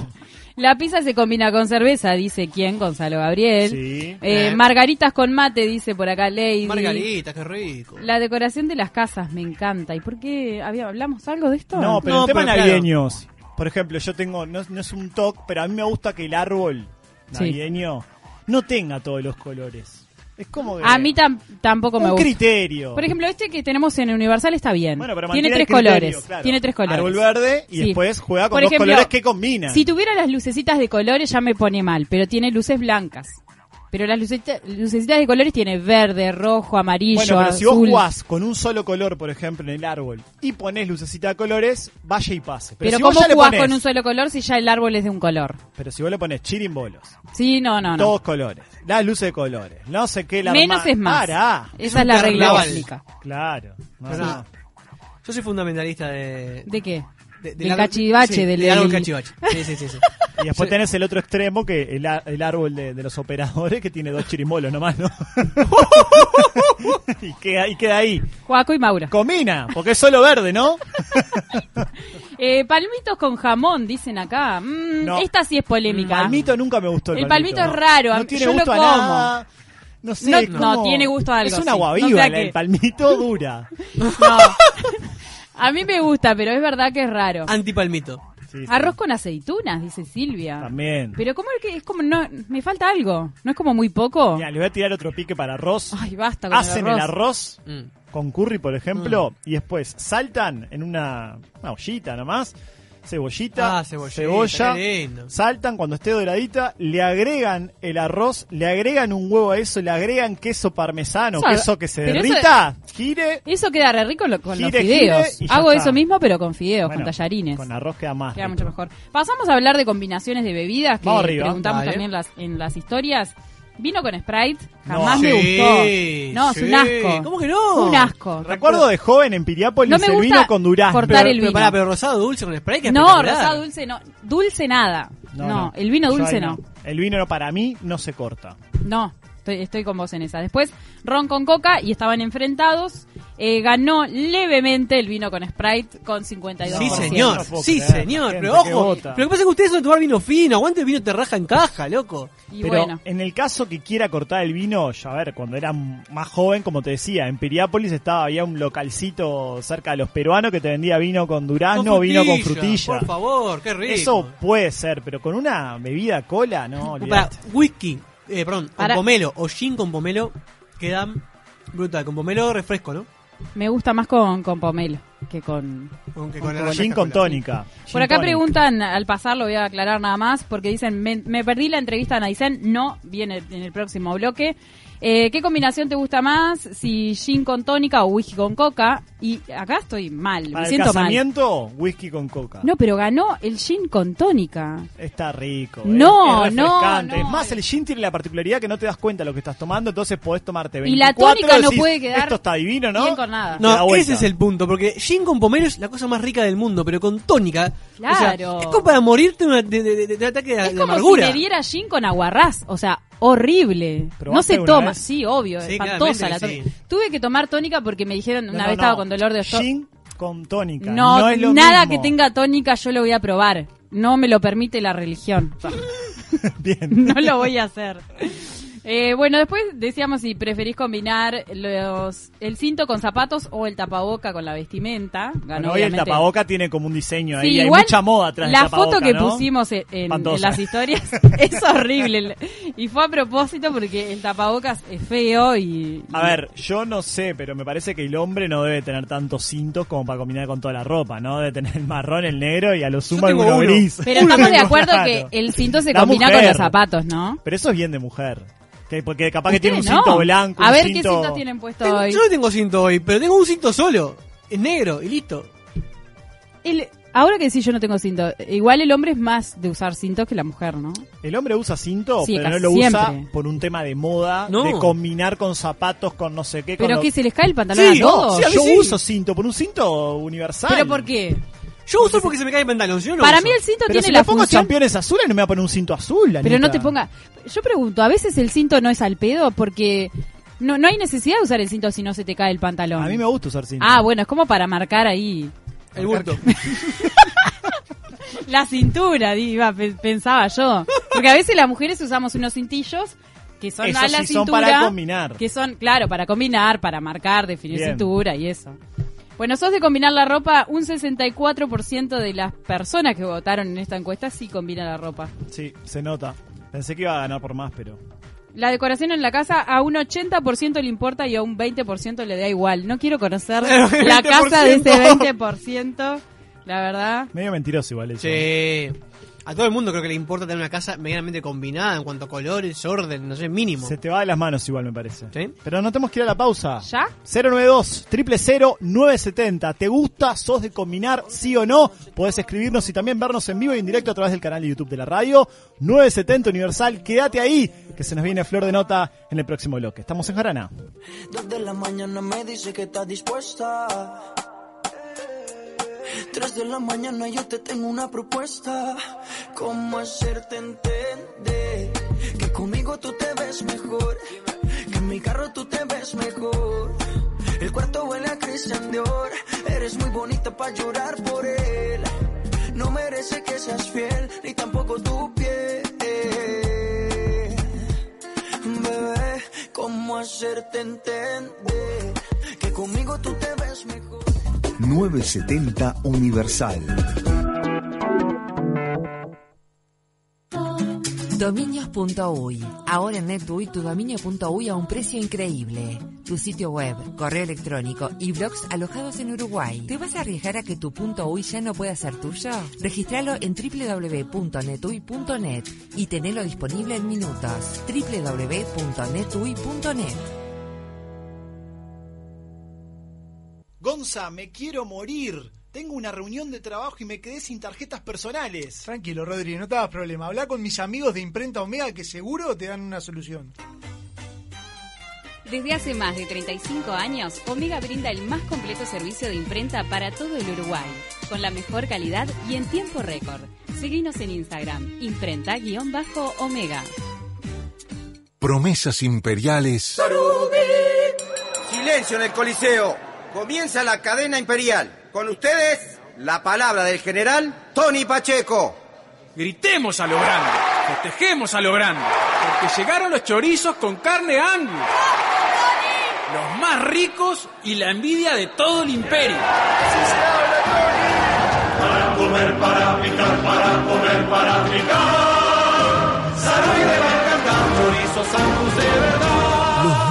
[SPEAKER 2] La pizza se combina con cerveza, dice quién, Gonzalo Gabriel.
[SPEAKER 1] Sí.
[SPEAKER 2] Eh,
[SPEAKER 3] Eh.
[SPEAKER 2] Margaritas con mate, dice por acá Lady.
[SPEAKER 3] Margarita, qué rico.
[SPEAKER 2] La decoración de las casas me encanta. ¿Y por qué había- hablamos algo de esto?
[SPEAKER 1] No, pero
[SPEAKER 3] No,
[SPEAKER 1] en temas
[SPEAKER 3] pero claro.
[SPEAKER 1] navideños. Por ejemplo, yo tengo, no, no es un toque, pero a mí me gusta que el árbol
[SPEAKER 2] Sí.
[SPEAKER 1] navideño no tenga todos los colores. Es como que
[SPEAKER 2] A mí tam- tampoco me
[SPEAKER 1] eh, un
[SPEAKER 2] gusta.
[SPEAKER 1] criterio.
[SPEAKER 2] Por ejemplo, este que tenemos en Universal está bien.
[SPEAKER 1] Bueno, pero
[SPEAKER 2] tiene
[SPEAKER 1] mantiene
[SPEAKER 2] tres
[SPEAKER 1] el criterio,
[SPEAKER 2] colores.
[SPEAKER 1] claro.
[SPEAKER 2] Tiene tres colores.
[SPEAKER 1] Árbol verde y
[SPEAKER 2] Sí.
[SPEAKER 1] después juega con
[SPEAKER 2] Por
[SPEAKER 1] dos
[SPEAKER 2] ejemplo,
[SPEAKER 1] colores que combinan.
[SPEAKER 2] Si tuviera las lucecitas de colores ya me pone mal, pero tiene luces blancas. Pero las lucecita- lucecitas de colores tiene verde, rojo, amarillo,
[SPEAKER 1] Bueno, pero si vos
[SPEAKER 2] azul.
[SPEAKER 1] jugás con un solo color, por ejemplo, en el árbol, y ponés lucecita de colores, vaya y pase. Pero,
[SPEAKER 2] pero
[SPEAKER 1] si vos
[SPEAKER 2] ¿cómo
[SPEAKER 1] ya le
[SPEAKER 2] jugás
[SPEAKER 1] ponés,
[SPEAKER 2] con un solo color si ya el árbol es de un color?
[SPEAKER 1] Pero si vos le pones chirimbolos,
[SPEAKER 2] Sí, no, no, no.
[SPEAKER 1] todos colores, las luces de colores, no sé qué, la
[SPEAKER 2] Menos
[SPEAKER 1] arma-
[SPEAKER 2] es más.
[SPEAKER 1] Pará.
[SPEAKER 2] Esa es,
[SPEAKER 3] Es un
[SPEAKER 2] la regla
[SPEAKER 3] carnaval.
[SPEAKER 2] básica.
[SPEAKER 1] Claro. No,
[SPEAKER 3] Pará.
[SPEAKER 1] no.
[SPEAKER 3] Yo soy fundamentalista de.
[SPEAKER 2] ¿De qué?
[SPEAKER 3] de-
[SPEAKER 2] del
[SPEAKER 3] árbol-
[SPEAKER 2] cachivache,
[SPEAKER 3] sí,
[SPEAKER 2] del-
[SPEAKER 3] del árbol
[SPEAKER 2] del-
[SPEAKER 3] cachivache. Sí, sí, sí. sí.
[SPEAKER 1] Y después
[SPEAKER 3] Sí.
[SPEAKER 1] tenés el otro extremo, que el, a- el árbol de, de los operadores, que tiene dos chirimbolos nomás, ¿no? y, queda, y queda ahí.
[SPEAKER 2] Juaco y Maura.
[SPEAKER 1] Comina, porque es solo verde, ¿no?
[SPEAKER 2] Eh, palmitos con jamón, dicen acá. Mm,
[SPEAKER 1] No.
[SPEAKER 2] Esta sí es polémica.
[SPEAKER 1] Palmito nunca me gustó. El,
[SPEAKER 2] El palmito es raro, a
[SPEAKER 1] No
[SPEAKER 2] mí-
[SPEAKER 1] tiene
[SPEAKER 2] yo lo
[SPEAKER 1] gusto a
[SPEAKER 2] como.
[SPEAKER 1] nada. No sé,
[SPEAKER 2] No-
[SPEAKER 1] es
[SPEAKER 2] no,
[SPEAKER 1] como-
[SPEAKER 2] tiene gusto a algo,
[SPEAKER 1] Es una
[SPEAKER 2] sí.
[SPEAKER 1] agua
[SPEAKER 2] No sé
[SPEAKER 1] viva,
[SPEAKER 2] a
[SPEAKER 1] la-
[SPEAKER 2] qué.
[SPEAKER 1] el palmito dura.
[SPEAKER 2] No. A mí me gusta, pero es verdad que es raro.
[SPEAKER 3] Antipalmito.
[SPEAKER 1] Ah, Sí, sí.
[SPEAKER 2] Arroz con aceitunas, dice Silvia.
[SPEAKER 1] También.
[SPEAKER 2] Pero cómo es que es como no me falta algo, no es como muy poco.
[SPEAKER 1] Mira, le voy a tirar otro pique para arroz.
[SPEAKER 2] Ay, basta con
[SPEAKER 1] Hacen
[SPEAKER 2] el
[SPEAKER 1] el
[SPEAKER 2] arroz.
[SPEAKER 1] arroz
[SPEAKER 3] Mm.
[SPEAKER 1] con curry, por ejemplo, y después saltan en una, una ollita nomás, cebollita,
[SPEAKER 3] Ah, cebollita,
[SPEAKER 1] cebolla,
[SPEAKER 3] qué lindo.
[SPEAKER 1] saltan cuando esté doradita, le agregan el arroz, le agregan un huevo a eso, le agregan queso parmesano,
[SPEAKER 2] Eso-
[SPEAKER 1] queso que se
[SPEAKER 2] pero eso-
[SPEAKER 1] derrita, gire,
[SPEAKER 2] Eso queda re rico lo- con
[SPEAKER 1] Gire,
[SPEAKER 2] los
[SPEAKER 1] gire
[SPEAKER 2] fideos.
[SPEAKER 1] y ya
[SPEAKER 2] Hago
[SPEAKER 1] está.
[SPEAKER 2] eso mismo pero con fideos,
[SPEAKER 1] Bueno,
[SPEAKER 2] con tallarines.
[SPEAKER 1] Con arroz queda más.
[SPEAKER 2] Queda
[SPEAKER 1] rico.
[SPEAKER 2] mucho mejor. Pasamos a hablar de combinaciones de bebidas que
[SPEAKER 1] Vamos arriba.
[SPEAKER 2] preguntamos
[SPEAKER 3] Dale.
[SPEAKER 2] también las, en las historias. Vino con Sprite,
[SPEAKER 1] No.
[SPEAKER 2] jamás me
[SPEAKER 3] Sí,
[SPEAKER 2] gustó. No, es
[SPEAKER 3] sí.
[SPEAKER 2] un asco.
[SPEAKER 3] ¿Cómo que no?
[SPEAKER 2] Un asco.
[SPEAKER 1] Recuerdo de joven en Piriápolis
[SPEAKER 2] No me
[SPEAKER 1] el
[SPEAKER 2] gusta
[SPEAKER 1] vino con durazno.
[SPEAKER 2] cortar el vino.
[SPEAKER 3] Pero, pará, pero rosado dulce con spray que
[SPEAKER 2] No,
[SPEAKER 3] espectacular.
[SPEAKER 2] rosado dulce no. Dulce nada. No, el vino
[SPEAKER 1] Yo
[SPEAKER 2] dulce
[SPEAKER 1] ahí
[SPEAKER 2] no.
[SPEAKER 1] El vino no, para mí no se corta.
[SPEAKER 2] No, estoy, estoy con vos en esa. Después, ron con coca y estaban enfrentados. Eh, ganó levemente el vino con Sprite con 52%.
[SPEAKER 3] Sí,
[SPEAKER 1] No,
[SPEAKER 3] señor.
[SPEAKER 1] no puedo
[SPEAKER 3] sí,
[SPEAKER 1] creer,
[SPEAKER 3] señor.
[SPEAKER 1] la
[SPEAKER 3] Pero
[SPEAKER 1] gente que
[SPEAKER 3] ojo,
[SPEAKER 1] vota.
[SPEAKER 3] pero lo que pasa es que ustedes son de tomar vino fino. Aguante el vino te raja en caja, loco.
[SPEAKER 2] Y
[SPEAKER 1] Pero
[SPEAKER 2] bueno,
[SPEAKER 1] en el caso que quiera cortar el vino, yo, a ver, cuando era m- más joven, como te decía, en Piriápolis estaba, había un localcito cerca de los peruanos que te vendía vino con durazno, Ah, vino con frutilla.
[SPEAKER 3] Por favor, qué rico.
[SPEAKER 1] Eso puede ser, pero con una bebida cola, no,
[SPEAKER 3] Para
[SPEAKER 1] olvidate.
[SPEAKER 3] whisky, eh, perdón, con
[SPEAKER 2] Para-
[SPEAKER 3] pomelo o gin con pomelo quedan brutal. Con pomelo refresco, ¿no?
[SPEAKER 2] me gusta más con, con pomelo que con...
[SPEAKER 3] Aunque
[SPEAKER 2] Con
[SPEAKER 3] el
[SPEAKER 1] Gin
[SPEAKER 3] refresco
[SPEAKER 1] con
[SPEAKER 3] cola.
[SPEAKER 1] tónica.
[SPEAKER 2] Por
[SPEAKER 1] gin
[SPEAKER 2] acá
[SPEAKER 1] tonic.
[SPEAKER 2] preguntan, al pasar lo voy a aclarar nada más, porque dicen, me, me perdí la entrevista a Naisen, no, viene en el próximo bloque. Eh, ¿Qué combinación te gusta más? Si gin con tónica o whisky con coca. Y acá estoy mal,
[SPEAKER 1] Para
[SPEAKER 2] me
[SPEAKER 1] el
[SPEAKER 2] siento mal.
[SPEAKER 1] casamiento, whisky con coca.
[SPEAKER 2] No, pero ganó el gin con tónica.
[SPEAKER 1] Está rico. eh.
[SPEAKER 2] No,
[SPEAKER 1] es, es
[SPEAKER 2] no,
[SPEAKER 1] refrescante.
[SPEAKER 2] no.
[SPEAKER 1] Es más, el gin tiene la particularidad que no te das cuenta lo que estás tomando, entonces podés tomarte 24.
[SPEAKER 2] Y la tónica no
[SPEAKER 1] decís,
[SPEAKER 2] puede quedar
[SPEAKER 1] Esto está divino, ¿no?
[SPEAKER 2] bien con nada.
[SPEAKER 1] Te da
[SPEAKER 3] No,
[SPEAKER 1] vuelta.
[SPEAKER 3] ese es el punto, porque gin con pomelo es la cosa más rica del mundo, pero con tónica. o sea,
[SPEAKER 2] Claro.
[SPEAKER 3] es como para morirte de, de- de- de- de ataque de,
[SPEAKER 2] Es
[SPEAKER 3] de
[SPEAKER 2] como
[SPEAKER 3] amargura.
[SPEAKER 2] si me diera gin con aguarrás, o sea, horrible.
[SPEAKER 1] ¿Probaste
[SPEAKER 2] No se
[SPEAKER 1] una
[SPEAKER 2] toma,
[SPEAKER 1] vez?
[SPEAKER 2] sí, obvio,
[SPEAKER 3] Sí,
[SPEAKER 2] espantosa la
[SPEAKER 3] claramente que
[SPEAKER 2] tónica. Tuve que tomar tónica porque me dijeron
[SPEAKER 1] No,
[SPEAKER 2] una
[SPEAKER 1] no,
[SPEAKER 2] vez estaba
[SPEAKER 1] no.
[SPEAKER 2] con dolor de estómago.
[SPEAKER 1] Gin con tónica.
[SPEAKER 2] No,
[SPEAKER 1] No, es lo
[SPEAKER 2] nada
[SPEAKER 1] mismo.
[SPEAKER 2] que tenga tónica yo lo voy a probar. No me lo permite la religión.
[SPEAKER 1] Bien.
[SPEAKER 2] No lo voy a hacer. Eh, bueno, después decíamos si preferís combinar los, el cinto con zapatos o el tapaboca con la vestimenta. Ganó
[SPEAKER 1] Bueno, hoy el
[SPEAKER 2] obviamente-
[SPEAKER 1] tapaboca tiene como un diseño
[SPEAKER 2] Sí,
[SPEAKER 1] ahí. Hay
[SPEAKER 2] igual
[SPEAKER 1] mucha moda atrás del
[SPEAKER 2] La
[SPEAKER 1] tapaboca,
[SPEAKER 2] foto que
[SPEAKER 1] ¿no?
[SPEAKER 2] pusimos en, en-
[SPEAKER 1] Espantosa.
[SPEAKER 2] en las historias es horrible. Y fue a propósito porque el tapabocas es feo y.
[SPEAKER 1] A ver, yo no sé, pero me parece que el hombre no debe tener tantos cintos como para combinar con toda la ropa, ¿no? Debe tener el marrón, el negro y a lo sumo
[SPEAKER 3] tengo
[SPEAKER 1] alguno
[SPEAKER 3] uno.
[SPEAKER 1] gris.
[SPEAKER 2] Pero estamos de acuerdo
[SPEAKER 1] Claro.
[SPEAKER 2] que el cinto se
[SPEAKER 1] La
[SPEAKER 2] combina con
[SPEAKER 1] mujer.
[SPEAKER 2] los zapatos, ¿no?
[SPEAKER 1] Pero eso es bien de mujer. Que- Porque capaz que tiene un
[SPEAKER 2] Ustedes no.
[SPEAKER 1] cinto blanco,
[SPEAKER 2] A
[SPEAKER 1] un
[SPEAKER 2] ver
[SPEAKER 1] cinto...
[SPEAKER 2] qué cintos tienen puesto
[SPEAKER 3] Tengo-
[SPEAKER 2] hoy.
[SPEAKER 3] yo no tengo cinto hoy, pero tengo un cinto solo. Es negro y listo.
[SPEAKER 2] El- ahora que sí, yo no tengo cinto. Igual el hombre es más de usar cintos que la mujer, ¿no?
[SPEAKER 1] El hombre usa cinto,
[SPEAKER 2] Sí,
[SPEAKER 1] pero no
[SPEAKER 2] casi
[SPEAKER 1] lo
[SPEAKER 2] siempre.
[SPEAKER 1] usa por un tema de moda,
[SPEAKER 3] No.
[SPEAKER 1] de combinar con zapatos, con no sé qué. con
[SPEAKER 2] Pero
[SPEAKER 1] lo-
[SPEAKER 2] que se les cae el pantalón
[SPEAKER 3] Sí,
[SPEAKER 2] oh, a todos.
[SPEAKER 3] sí, a mí
[SPEAKER 1] yo
[SPEAKER 3] sí.
[SPEAKER 1] uso cinto, por un cinto universal.
[SPEAKER 2] ¿Pero por qué?
[SPEAKER 3] Yo uso porque se me cae el pantalón. yo no
[SPEAKER 2] Para
[SPEAKER 3] uso.
[SPEAKER 2] mí el cinto
[SPEAKER 1] Pero
[SPEAKER 2] tiene
[SPEAKER 1] si
[SPEAKER 2] la
[SPEAKER 1] me pongo
[SPEAKER 2] función...
[SPEAKER 1] campeones azules no me va a poner un cinto azul,
[SPEAKER 2] Pero no
[SPEAKER 1] Anita.
[SPEAKER 2] te ponga... Yo pregunto, a veces el cinto no es al pedo porque no, no hay necesidad de usar el cinto si no se te cae el pantalón.
[SPEAKER 1] A mí me gusta usar cinto.
[SPEAKER 2] Ah, bueno, es como para marcar ahí
[SPEAKER 3] El bulto.
[SPEAKER 2] la cintura, iba, pe- pensaba yo. Porque a veces las mujeres usamos unos cintillos que son
[SPEAKER 1] Esos
[SPEAKER 2] a la
[SPEAKER 1] sí son
[SPEAKER 2] cintura.
[SPEAKER 1] para combinar.
[SPEAKER 2] Que son, claro, para combinar, para marcar, definir
[SPEAKER 1] Bien.
[SPEAKER 2] cintura y eso. Bueno, sos de combinar la ropa, un 64% de las personas que votaron en esta encuesta sí combina la ropa.
[SPEAKER 1] Sí, se nota. Pensé que iba a ganar por más, pero.
[SPEAKER 2] La decoración en la casa a un 80% le importa y a un 20% le da igual. No quiero conocer la casa de ese 20%.
[SPEAKER 4] La verdad.
[SPEAKER 1] Medio mentiroso igual eso. ¿eh?
[SPEAKER 3] Sí. A todo el mundo creo que le importa tener una casa medianamente combinada en cuanto a colores, orden, no sé, mínimo.
[SPEAKER 1] Se te va de las manos igual, me parece.
[SPEAKER 3] Sí.
[SPEAKER 1] Pero no tenemos que ir a la pausa.
[SPEAKER 4] ¿Ya?
[SPEAKER 1] 092 000 970. ¿Te gusta? ¿Sos de combinar? ¿Sí o no? Podés escribirnos y también vernos en vivo y en directo a través del canal de YouTube de la radio 970 Universal. Quédate ahí, que se nos viene flor de nota en el próximo bloque. Estamos en Jarana.
[SPEAKER 5] Dos de la mañana me dice que estás dispuesta. Tres de la mañana yo te tengo una propuesta. ¿Cómo hacerte entender que conmigo tú te ves mejor? Que en mi carro tú te ves mejor. El cuarto huele a Christian Dior. Eres muy bonita para llorar por él. No merece que seas fiel, ni tampoco tu piel. Bebé, ¿cómo hacerte entender que conmigo tú te ves mejor?
[SPEAKER 6] 970 Universal.
[SPEAKER 7] Dominios.uy. Ahora en NetUI tu dominio.uy a un precio increíble. Tu sitio web, correo electrónico y blogs alojados en Uruguay. ¿Te vas a arriesgar a que tu punto .uy ya no pueda ser tuyo? Registralo en www.netui.net y tenelo disponible en minutos. www.netui.net
[SPEAKER 1] Gonza, me quiero morir. Tengo una reunión de trabajo y me quedé sin tarjetas personales.
[SPEAKER 8] Tranquilo, Rodri, no te hagas problema. Habla con mis amigos de Imprenta Omega que seguro te dan una solución.
[SPEAKER 2] Desde hace más de 35 años, Omega brinda el más completo servicio de imprenta para todo el Uruguay, con la mejor calidad y en tiempo récord. Seguinos en Instagram, imprenta-omega.
[SPEAKER 6] Promesas imperiales.
[SPEAKER 9] Silencio en el Coliseo. Comienza la cadena imperial. Con ustedes, la palabra del general Tony Pacheco.
[SPEAKER 10] Gritemos a lo grande, festejemos a lo grande, porque llegaron los chorizos con carne angus. Los más ricos y la envidia de todo el imperio.
[SPEAKER 6] Los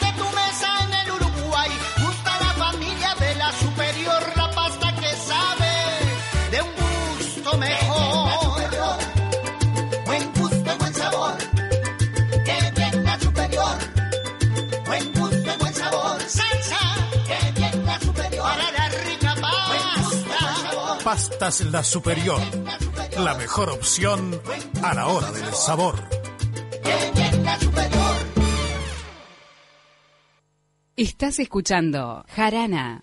[SPEAKER 5] de tu mesa en el Uruguay. Gusta la familia de la superior, la pasta que sabe de un gusto mejor. Buen gusto, buen sabor, que bien la superior. Buen gusto y buen sabor. Salsa. Que bien la superior. Para la rica pasta. Buen gusto y buen sabor.
[SPEAKER 6] Pastas La Superior. La mejor opción a la hora del sabor.
[SPEAKER 5] Que bien la superior.
[SPEAKER 2] Estás escuchando Jarana.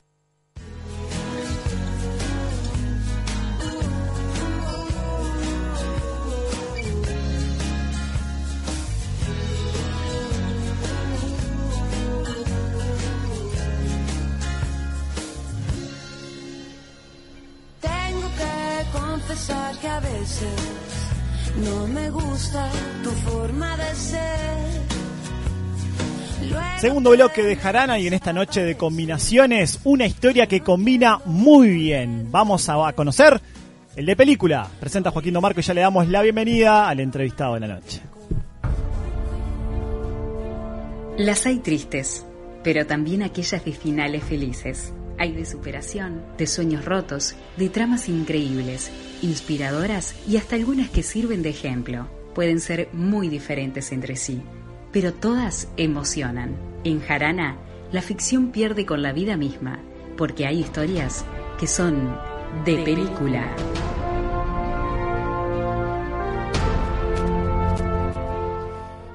[SPEAKER 7] Tengo que confesar que a veces no me gusta tu forma de ser.
[SPEAKER 1] Segundo bloque de Jarana y en esta noche de combinaciones, una historia que combina muy bien. Vamos a, a conocer el de película. Presenta Joaquín Domarco y ya le damos la bienvenida al entrevistado de la noche.
[SPEAKER 2] Las hay tristes, pero también aquellas de finales felices. Hay de superación, de sueños rotos, de tramas increíbles, inspiradoras y hasta algunas que sirven de ejemplo. Pueden ser muy diferentes entre sí, pero todas emocionan. En Jarana, la ficción pierde con la vida misma, porque hay historias que son de, película.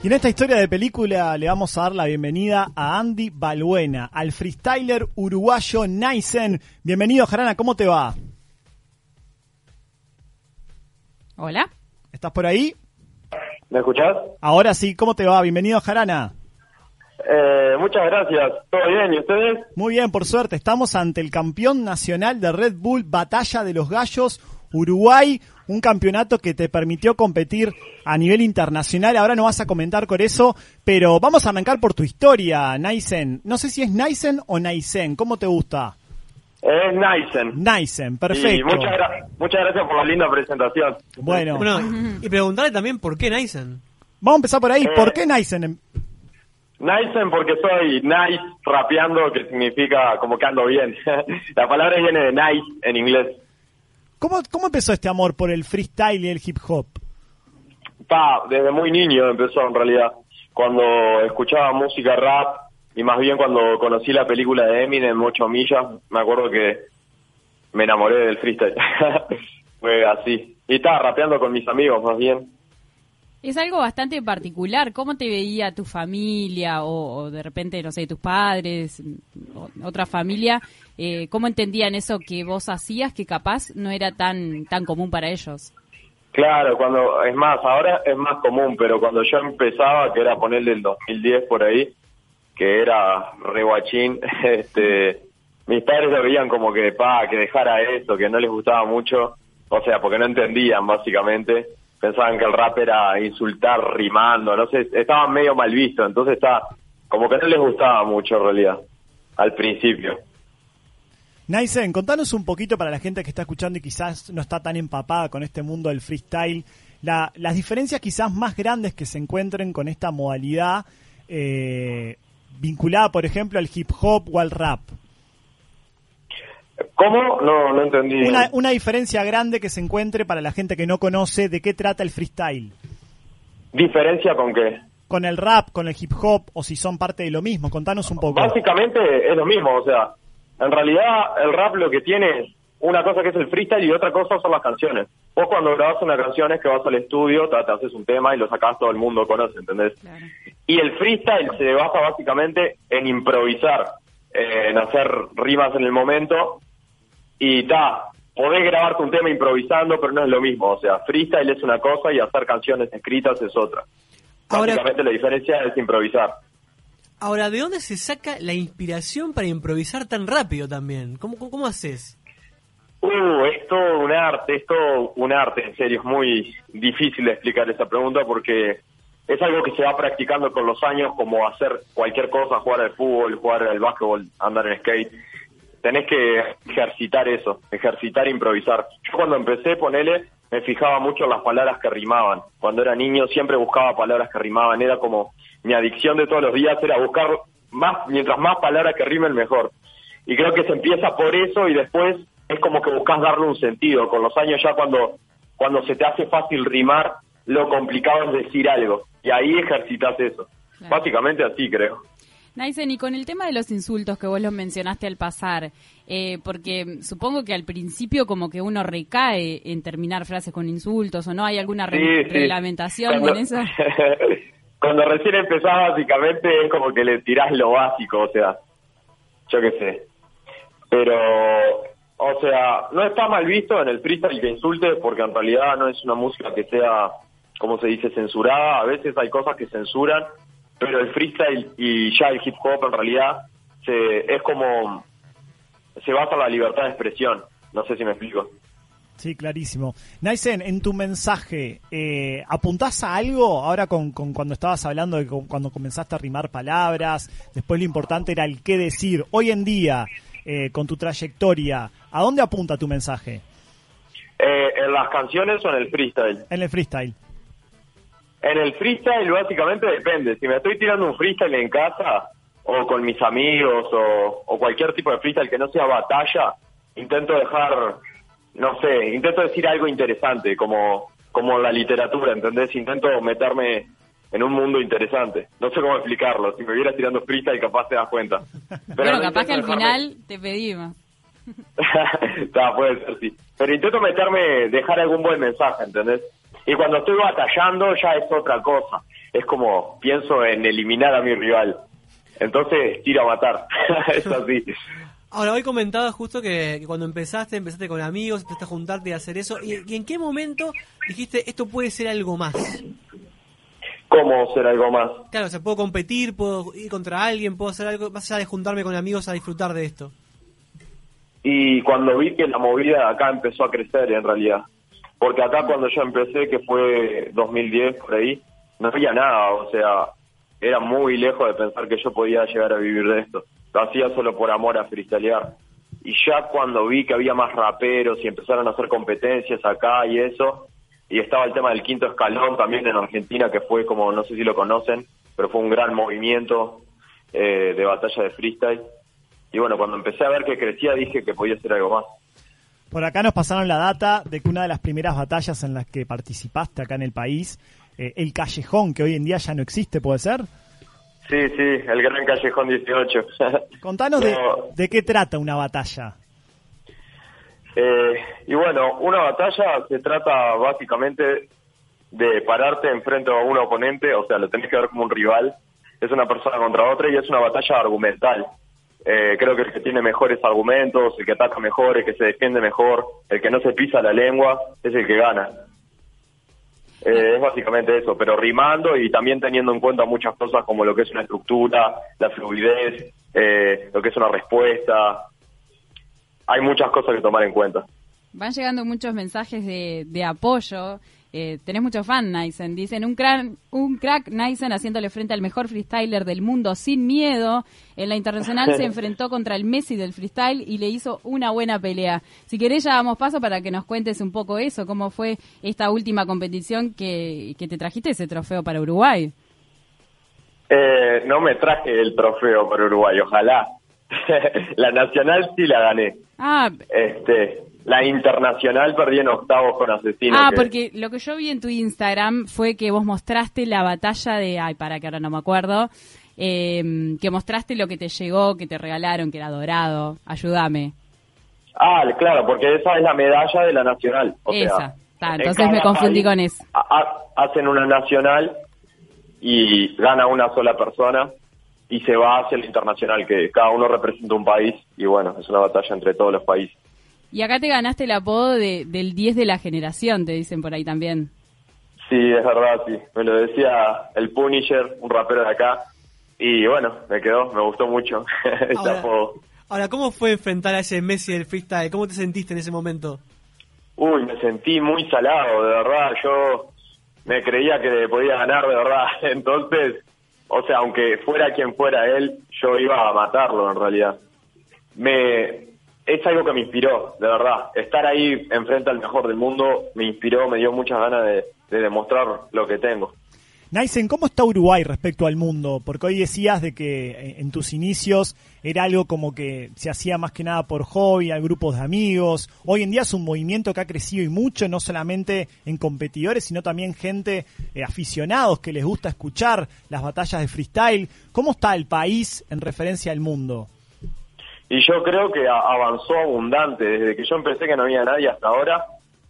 [SPEAKER 1] Y en esta historia de película le vamos a dar la bienvenida a Andy Balbuena, al freestyler uruguayo Naisen. Bienvenido, Jarana, ¿cómo te va?
[SPEAKER 4] ¿Hola?
[SPEAKER 1] ¿Estás por ahí?
[SPEAKER 11] ¿Me escuchás?
[SPEAKER 1] Ahora sí, ¿cómo te va? Bienvenido a Jarana.
[SPEAKER 11] Eh, muchas gracias. ¿Todo bien? ¿Y ustedes?
[SPEAKER 1] Muy bien, por suerte. Estamos ante el campeón nacional de Red Bull Batalla de los Gallos, Uruguay. Un campeonato que te permitió competir a nivel internacional. Ahora no vas a comentar con eso, pero vamos a arrancar por tu historia, Naisen. No sé si es Naisen o Naisen. ¿Cómo te gusta?
[SPEAKER 11] Es Naisen.
[SPEAKER 1] Naisen, perfecto.
[SPEAKER 11] Y muchas, gra- muchas gracias por la linda presentación.
[SPEAKER 1] Bueno.
[SPEAKER 3] Bueno, y preguntarle también por qué Naisen.
[SPEAKER 1] Vamos a empezar por ahí.
[SPEAKER 11] Eh,
[SPEAKER 1] ¿Por qué Naisen?
[SPEAKER 11] Naisen porque soy nice rapeando, que significa como que ando bien. la palabra viene de nice en inglés.
[SPEAKER 1] ¿Cómo, ¿Cómo empezó este amor por el freestyle y el hip hop?
[SPEAKER 11] Pa, desde muy niño empezó en realidad. Cuando escuchaba música rap y más bien cuando conocí la película de Eminem, 8 millas, me acuerdo que me enamoré del freestyle. Fue así. Y estaba rapeando con mis amigos más bien.
[SPEAKER 2] Es algo bastante particular. ¿Cómo te veía tu familia o, o de repente, no sé, tus padres, o- otra familia? Eh, ¿Cómo entendían eso que vos hacías que capaz no era tan, tan común para ellos?
[SPEAKER 11] Claro, cuando es más, ahora es más común, pero cuando yo empezaba, que era ponerle el 2010 por ahí, que era re guachín, este, mis padres lo veían como que, pa, Ah, que dejara eso, que no les gustaba mucho, o sea, porque no entendían básicamente, pensaban que el rap era insultar rimando, no sé, estaban medio mal visto, entonces está, como que no les gustaba mucho en realidad, al principio.
[SPEAKER 1] Naisen, contanos un poquito para la gente que está escuchando y quizás no está tan empapada con este mundo del freestyle, la- las diferencias quizás más grandes que se encuentren con esta modalidad eh, vinculada, por ejemplo, al hip hop o al rap.
[SPEAKER 11] ¿Cómo? No, no entendí.
[SPEAKER 1] Una, una diferencia grande que se encuentre para la gente que no conoce de qué trata el freestyle.
[SPEAKER 11] ¿Diferencia con qué?
[SPEAKER 1] Con el rap, con el hip hop o si son parte de lo mismo. Contanos un poco.
[SPEAKER 11] Básicamente es lo mismo, o sea, en realidad el rap lo que tiene es una cosa que es el freestyle y otra cosa son las canciones. Vos cuando grabás una canción es que vas al estudio, te, te haces un tema y lo sacás, todo el mundo conoce, ¿entendés? Y el freestyle se basa básicamente en improvisar, eh, en hacer rimas en el momento y ta, podés grabarte un tema improvisando, pero no es lo mismo, o sea, freestyle es una cosa y hacer canciones escritas es otra.
[SPEAKER 3] Ahora-
[SPEAKER 11] Básicamente la diferencia es improvisar.
[SPEAKER 3] Ahora, ¿de dónde se saca la inspiración para improvisar tan rápido también? ¿Cómo, cómo, cómo haces?
[SPEAKER 11] Uh, es todo un arte, es todo un arte, en serio, es muy difícil de explicar esa pregunta porque es algo que se va practicando con los años, como hacer cualquier cosa, jugar al fútbol, jugar al básquetbol, andar en skate. Tenés que ejercitar eso, ejercitar e improvisar. Yo cuando empecé, ponele, me fijaba mucho en las palabras que rimaban. Cuando era niño siempre buscaba palabras que rimaban, era como mi adicción de todos los días, era buscar más, mientras más palabras que rimen, mejor. Y creo que se empieza por eso y después es como que buscas darle un sentido. Con los años ya cuando, cuando se te hace fácil rimar, lo complicado es decir algo. Y ahí ejercitas eso. Básicamente así creo.
[SPEAKER 2] Naisen, y con el tema de los insultos que vos los mencionaste al pasar, eh, porque supongo que al principio como que uno recae en terminar frases con insultos o no, ¿hay alguna re-
[SPEAKER 11] Sí, sí.
[SPEAKER 2] reglamentación
[SPEAKER 11] Cuando-
[SPEAKER 2] en eso?
[SPEAKER 11] Cuando recién empezás básicamente es como que le tirás lo básico, o sea, yo qué sé. Pero, o sea, no está mal visto en el freestyle que insultes porque en realidad no es una música que sea, como se dice, censurada. A veces hay cosas que censuran, pero el freestyle y ya el hip hop en realidad se, es como, se basa en la libertad de expresión. No sé si me explico.
[SPEAKER 1] Sí, clarísimo. Naisen, en tu mensaje, eh, ¿apuntás a algo ahora con, con cuando estabas hablando de cu- cuando comenzaste a rimar palabras? Después lo importante era el qué decir. Hoy en día, eh, con tu trayectoria, ¿a dónde apunta tu mensaje?
[SPEAKER 11] Eh, ¿En las canciones o en el freestyle?
[SPEAKER 1] En el freestyle.
[SPEAKER 11] En el freestyle básicamente depende. Si me estoy tirando un freestyle en casa o con mis amigos o, o cualquier tipo de freestyle que no sea batalla, intento dejar, no sé, intento decir algo interesante como, como la literatura, ¿entendés? Intento meterme en un mundo interesante. No sé cómo explicarlo. Si me vieras tirando freestyle capaz te das cuenta. Pero
[SPEAKER 2] bueno,
[SPEAKER 11] no
[SPEAKER 2] capaz que al
[SPEAKER 11] intento dejarme-
[SPEAKER 2] final te pedimos.
[SPEAKER 11] Está, puede ser, sí. Pero intento meterme, dejar algún buen mensaje, ¿entendés? Y cuando estoy batallando ya es otra cosa. Es como, pienso en eliminar a mi rival. Entonces, tiro a matar. es así.
[SPEAKER 3] Ahora, hoy comentabas justo que, que cuando empezaste, empezaste con amigos, empezaste a juntarte y a hacer eso. ¿Y, y en qué momento dijiste esto puede ser algo más?
[SPEAKER 11] ¿Cómo ser algo más?
[SPEAKER 3] Claro, o sea, puedo competir, puedo ir contra alguien, puedo hacer algo más allá de juntarme con amigos a disfrutar de esto.
[SPEAKER 11] Y cuando vi que la movida acá empezó a crecer, en realidad. Porque acá cuando yo empecé, que fue 2010, por ahí, no había nada. O sea, era muy lejos de pensar que yo podía llegar a vivir de esto. Lo hacía solo por amor a freestylear. Y ya cuando vi que había más raperos y empezaron a hacer competencias acá y eso, y estaba el tema del quinto escalón también en Argentina, que fue como, no sé si lo conocen, pero fue un gran movimiento eh, de batalla de freestyle. Y bueno, cuando empecé a ver que crecía, dije que podía hacer algo más.
[SPEAKER 1] Por acá nos pasaron la data de que una de las primeras batallas en las que participaste acá en el país, eh, el callejón, que hoy en día ya no existe, ¿puede ser?
[SPEAKER 11] Sí, sí, el Gran Callejón 18.
[SPEAKER 1] Contanos de,
[SPEAKER 11] No,
[SPEAKER 1] de qué trata una batalla.
[SPEAKER 11] Eh, y bueno, una batalla se trata básicamente de pararte enfrente a un oponente, o sea, lo tenés que ver como un rival, es una persona contra otra y es una batalla argumental. Eh, creo que el que tiene mejores argumentos, el que ataca mejor, el que se defiende mejor, el que no se pisa la lengua, es el que gana. Eh, es básicamente eso, pero rimando y también teniendo en cuenta muchas cosas como lo que es una estructura, la fluidez, eh, lo que es una respuesta. Hay muchas cosas que tomar en cuenta.
[SPEAKER 2] Van llegando muchos mensajes de, de apoyo. Eh, tenés mucho fan, Nysen. Dicen, un crack, un crack Nysen haciéndole frente al mejor freestyler del mundo sin miedo. En la internacional se enfrentó contra el Messi del freestyle y le hizo una buena pelea. Si querés, ya damos paso para que nos cuentes un poco eso, cómo fue esta última competición que, que te trajiste ese trofeo para Uruguay.
[SPEAKER 11] Eh, no me traje el trofeo para Uruguay, ojalá. la nacional sí la gané.
[SPEAKER 2] Ah,
[SPEAKER 11] Este, la internacional perdí en octavos con Asesino.
[SPEAKER 2] ah,
[SPEAKER 11] que-
[SPEAKER 2] porque lo que yo vi en tu Instagram fue que vos mostraste la batalla de, ay, para que ahora no me acuerdo, eh, que mostraste lo que te llegó, que te regalaron, que era dorado, ayúdame.
[SPEAKER 11] Ah, claro, porque esa es la medalla de la nacional. O
[SPEAKER 2] Esa.
[SPEAKER 11] sea,
[SPEAKER 2] Ta,
[SPEAKER 11] en
[SPEAKER 2] entonces
[SPEAKER 11] cada
[SPEAKER 2] me confundí
[SPEAKER 11] país
[SPEAKER 2] con eso.
[SPEAKER 11] ha- ha- hacen una nacional y gana una sola persona y se va hacia el internacional, que cada uno representa un país y bueno, es una batalla entre todos los países.
[SPEAKER 2] Y acá te ganaste el apodo de- del 10 de la generación, te dicen por ahí también.
[SPEAKER 11] Sí, es verdad, sí. Me lo decía el Punisher, un rapero de acá. Y bueno, me quedó, me gustó mucho ese
[SPEAKER 3] Ahora-
[SPEAKER 11] apodo.
[SPEAKER 3] Ahora, ¿cómo fue enfrentar a ese Messi del freestyle? ¿Cómo te sentiste en ese momento?
[SPEAKER 11] Uy, me sentí muy salado, de verdad. Yo me creía que le podía ganar, de verdad. Entonces, o sea, aunque fuera quien fuera él, yo iba a matarlo, en realidad. Me Es algo que me inspiró, de verdad. Estar ahí enfrente al mejor del mundo me inspiró, me dio muchas ganas de- de demostrar lo que tengo.
[SPEAKER 1] Naisen, ¿cómo está Uruguay respecto al mundo? Porque hoy decías de que eh, en tus inicios era algo como que se hacía más que nada por hobby, a grupos de amigos. Hoy en día es un movimiento que ha crecido y mucho, no solamente en competidores, sino también gente, eh, aficionados que les gusta escuchar las batallas de freestyle. ¿Cómo está el país en referencia al mundo?
[SPEAKER 11] Y yo creo que a- avanzó abundante. Desde que yo empecé que no había nadie hasta ahora,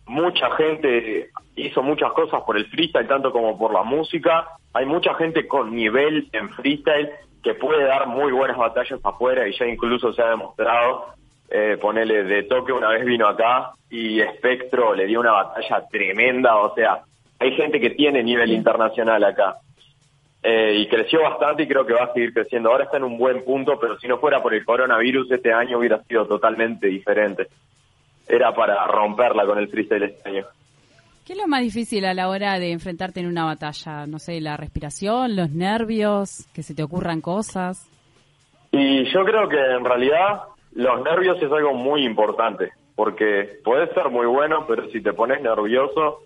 [SPEAKER 11] mucha gente hizo muchas cosas por el freestyle, tanto como por la música. Hay mucha gente con nivel en freestyle que puede dar muy buenas batallas afuera y ya incluso se ha demostrado. Eh, ponele de toque una vez vino acá y Espectro le dio una batalla tremenda. O sea, hay gente que tiene nivel internacional acá. Eh, y creció bastante y creo que va a seguir creciendo. Ahora está en un buen punto, pero si no fuera por el coronavirus, este año hubiera sido totalmente diferente. Era para romperla con el freestyle este año.
[SPEAKER 2] ¿Qué es lo más difícil a la hora de enfrentarte en una batalla? No sé, la respiración, los nervios, que se te ocurran cosas.
[SPEAKER 11] Y yo creo que en realidad los nervios es algo muy importante, porque puedes ser muy bueno, pero si te pones nervioso,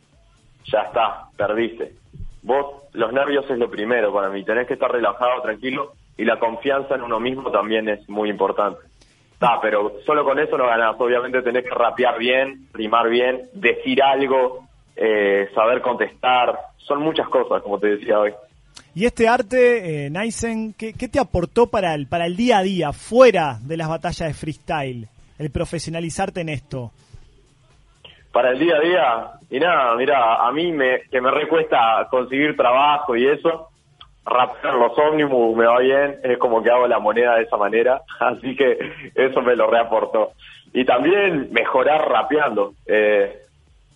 [SPEAKER 11] ya está, perdiste. Vos, los nervios es lo primero para mí, tenés que estar relajado, tranquilo, y la confianza en uno mismo también es muy importante. Está, pero solo con eso no ganás, obviamente tenés que rapear bien, rimar bien, decir algo, eh, saber contestar, son muchas cosas, como te decía hoy.
[SPEAKER 1] Y este arte, eh, Naisen, ¿qué, qué te aportó para el, para el día a día, fuera de las batallas de freestyle? El profesionalizarte en esto.
[SPEAKER 11] para el día a día. Y nada, mira, a mí me, que me recuesta conseguir trabajo y eso, rapear los ómnibus me va bien, es como que hago la moneda de esa manera, así que eso me lo reaportó. Y también mejorar rapeando. Eh,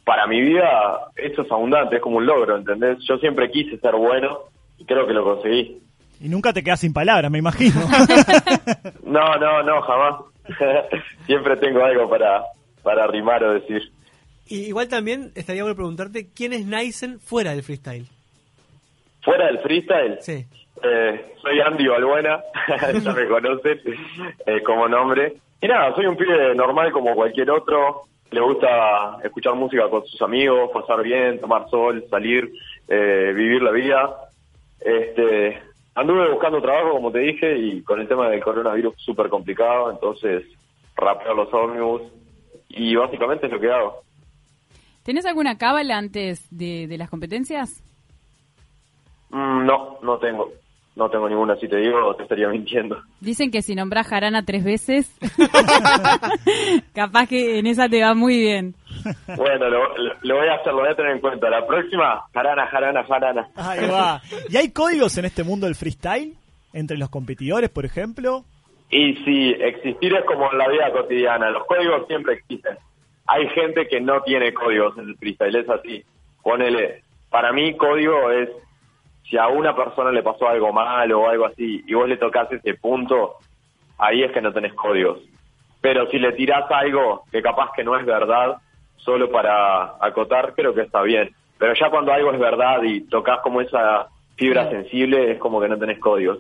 [SPEAKER 11] para mi vida eso es abundante, es como un logro, ¿entendés? Yo siempre quise ser bueno y creo que lo conseguí.
[SPEAKER 1] Y nunca te quedas sin palabras, me imagino.
[SPEAKER 11] No, no, no, jamás. siempre tengo algo para, para rimar o decir.
[SPEAKER 3] Y igual también estaría bueno preguntarte quién es Naisen fuera del freestyle.
[SPEAKER 11] Fuera del freestyle,
[SPEAKER 3] Sí.
[SPEAKER 11] eh, soy Andy Balbuena, ya me conocen eh, como nombre. Y nada, soy un pibe normal como cualquier otro. Le gusta escuchar música con sus amigos, pasar bien, tomar sol, salir, eh, vivir la vida. Este, anduve buscando trabajo, como te dije, y con el tema del coronavirus súper complicado, entonces rapeo los ómnibus y básicamente es lo que hago.
[SPEAKER 2] ¿Tenés alguna cábala antes de, de las competencias?
[SPEAKER 11] Mm, No, no tengo. No tengo ninguna, si te digo, te estaría mintiendo.
[SPEAKER 2] Dicen que si nombrás jarana tres veces, capaz que en esa te va muy bien.
[SPEAKER 11] Bueno, lo, lo- lo voy a hacer, lo voy a tener en cuenta. La próxima, jarana, jarana, jarana.
[SPEAKER 1] Ahí va. ¿Y hay códigos en este mundo del freestyle? Entre los competidores, por ejemplo.
[SPEAKER 11] Y si existir es como en la vida cotidiana, los códigos siempre existen. Hay gente que no tiene códigos en el freestyle, es así. Ponele, para mí código es si a una persona le pasó algo malo o algo así y vos le tocas ese punto, ahí es que no tenés códigos. Pero si le tirás algo que capaz que no es verdad, solo para acotar, creo que está bien. Pero ya cuando algo es verdad y tocas como esa fibra sensible, es como que no tenés códigos.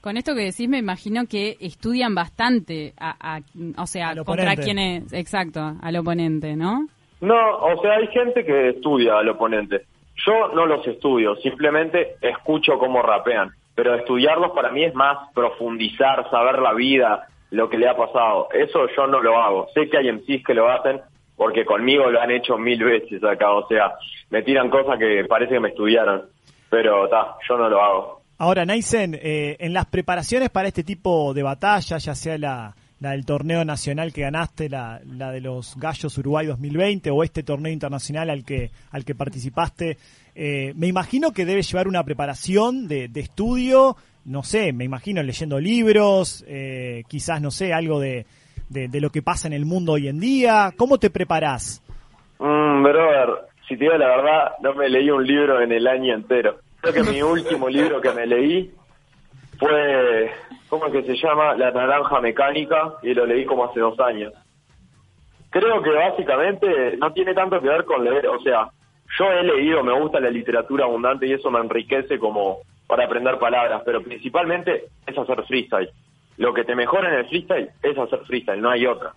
[SPEAKER 2] Con esto que decís, me imagino que estudian bastante, a, a- o sea, contra
[SPEAKER 11] oponente.
[SPEAKER 2] quién es, exacto, al oponente, ¿no?
[SPEAKER 11] No, o sea, hay gente que estudia al oponente. Yo no los estudio, simplemente escucho cómo rapean. Pero estudiarlos para mí es más profundizar, saber la vida, lo que le ha pasado. Eso yo no lo hago. Sé que hay MCs que lo hacen porque conmigo lo han hecho mil veces acá. O sea, me tiran cosas que parece que me estudiaron. Pero ta, yo no lo hago.
[SPEAKER 1] Ahora, Naisen, eh, en las preparaciones para este tipo de batalla, ya sea la, la del torneo nacional que ganaste, la, la de los Gallos Uruguay 2020 o este torneo internacional al que, al que participaste, eh, me imagino que debes llevar una preparación de, de estudio, no sé, me imagino leyendo libros, eh, quizás, no sé, algo de, de, de lo que pasa en el mundo hoy en día. ¿Cómo te preparás?
[SPEAKER 11] Mm, brother, si te digo la verdad, no me leí un libro en el año entero. Creo que mi último libro que me leí fue, ¿cómo es que se llama? La Naranja Mecánica, y lo leí como hace dos años. Creo que básicamente no tiene tanto que ver con leer, o sea, yo he leído, me gusta la literatura abundante y eso me enriquece como para aprender palabras, pero principalmente es hacer freestyle. Lo que te mejora en el freestyle es hacer freestyle, no hay otra.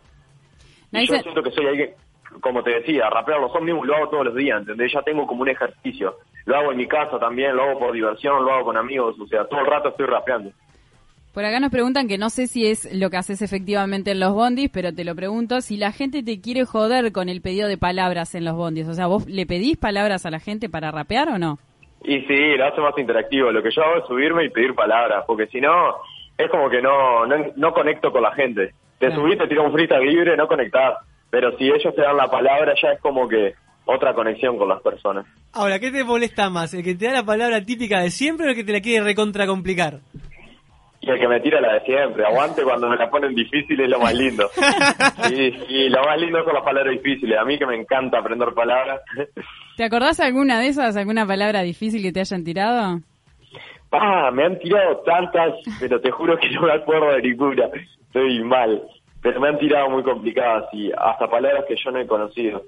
[SPEAKER 11] Y yo
[SPEAKER 2] Nice.
[SPEAKER 11] siento que soy alguien, como te decía, rapear los ómnibus lo hago todos los días, ¿entendés? Ya tengo como un ejercicio. Lo hago en mi casa también, lo hago por diversión, lo hago con amigos, o sea, todo el rato estoy rapeando.
[SPEAKER 2] Por acá nos preguntan que no sé si es lo que haces efectivamente en los bondis, pero te lo pregunto, si la gente te quiere joder con el pedido de palabras en los bondis, o sea, ¿vos le pedís palabras a la gente para rapear o no?
[SPEAKER 11] Y sí, lo hace más interactivo. Lo que yo hago es subirme y pedir palabras, porque si no, es como que no, no, no conecto con la gente. Te subís, te tiras un freestyle libre, no conectás. Pero si ellos te dan la palabra, ya es como que otra conexión con las personas.
[SPEAKER 3] Ahora, ¿qué te molesta más? ¿El que te da la palabra típica de siempre o el que te la quiere recontracomplicar?
[SPEAKER 11] Y el que me tira la de siempre, aguante cuando me la ponen difícil es lo más lindo. Y, y lo más lindo son las palabras difíciles. A mí que me encanta aprender palabras.
[SPEAKER 2] ¿Te acordás alguna de esas, alguna palabra difícil que te hayan tirado?
[SPEAKER 11] Ah, me han tirado tantas, pero te juro que no me acuerdo de ninguna. Estoy mal. Pero me han tirado muy complicadas y hasta palabras que yo no he conocido.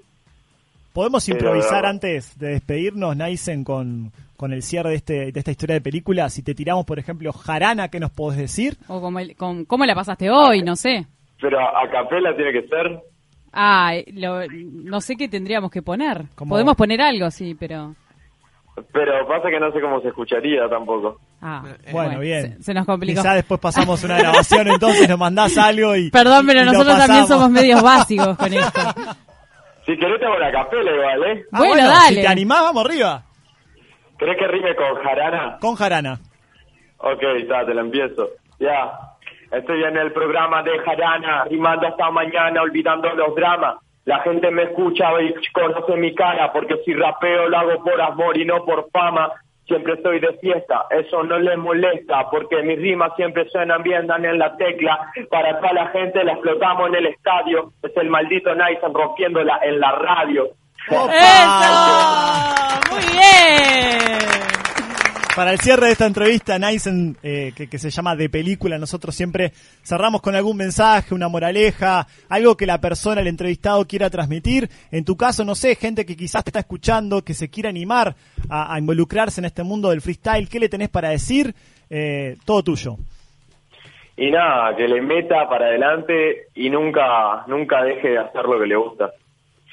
[SPEAKER 1] ¿Podemos
[SPEAKER 11] Pero-
[SPEAKER 1] improvisar antes de despedirnos, Naisen, con, con el cierre de, este, de esta historia de película? Si te tiramos, por ejemplo, Jarana, ¿qué nos podés decir?
[SPEAKER 2] O como el- com- cómo la pasaste hoy, no sé.
[SPEAKER 11] Pero a capela tiene que ser.
[SPEAKER 2] Ah, lo- no sé qué tendríamos que poner.
[SPEAKER 11] Como-
[SPEAKER 2] Podemos poner algo, sí, pero...
[SPEAKER 11] Pero pasa que no sé cómo se escucharía tampoco.
[SPEAKER 2] Ah,
[SPEAKER 1] Bueno, bien.
[SPEAKER 2] Se, se nos complicó.
[SPEAKER 1] Quizás después pasamos una grabación, entonces nos mandás algo y.
[SPEAKER 2] Perdón, pero
[SPEAKER 1] y lo
[SPEAKER 2] nosotros también
[SPEAKER 1] pasamos.
[SPEAKER 2] somos medios básicos con esto.
[SPEAKER 11] Si querés te hago la capela igual, ¿eh?
[SPEAKER 1] Ah, bueno, Si te animás, vamos arriba.
[SPEAKER 11] ¿Crees que rime con jarana?
[SPEAKER 1] Con Jarana.
[SPEAKER 11] Ok, ya, te lo empiezo. Ya. Estoy en el programa de Jarana, rimando hasta mañana, olvidando los dramas. La gente me escucha y conoce mi cara, porque si rapeo lo hago por amor y no por fama. siempre estoy de fiesta, eso no les molesta, porque mis rimas siempre suenan bien, dan en la tecla, para toda la gente la explotamos en el estadio, es el maldito Nathan rompiéndola en la radio.
[SPEAKER 2] ¡Eso! ¡Muy bien!
[SPEAKER 1] Para el cierre de esta entrevista, Nysen, eh, que, que se llama De Película, nosotros siempre cerramos con algún mensaje, una moraleja, algo que la persona, el entrevistado, quiera transmitir. En tu caso, no sé, gente que quizás te está escuchando, que se quiera animar a, a involucrarse en este mundo del freestyle, ¿qué le tenés para decir? Eh, todo tuyo.
[SPEAKER 11] Y nada, que le meta para adelante y nunca, nunca deje de hacer lo que le gusta.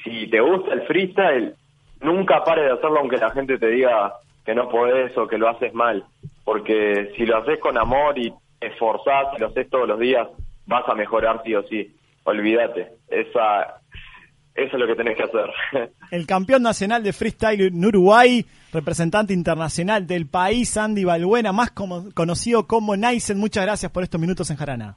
[SPEAKER 11] Si te gusta el freestyle, nunca pare de hacerlo aunque la gente te diga que no podés o que lo haces mal. Porque si lo haces con amor y te esforzás, si lo haces todos los días, vas a mejorar sí o sí. Olvídate. Esa, eso es lo que tenés que hacer.
[SPEAKER 1] El campeón nacional de freestyle en Uruguay, representante internacional del país, Andy Balbuena, más como- conocido como Nysen. Muchas gracias por estos minutos en Jarana.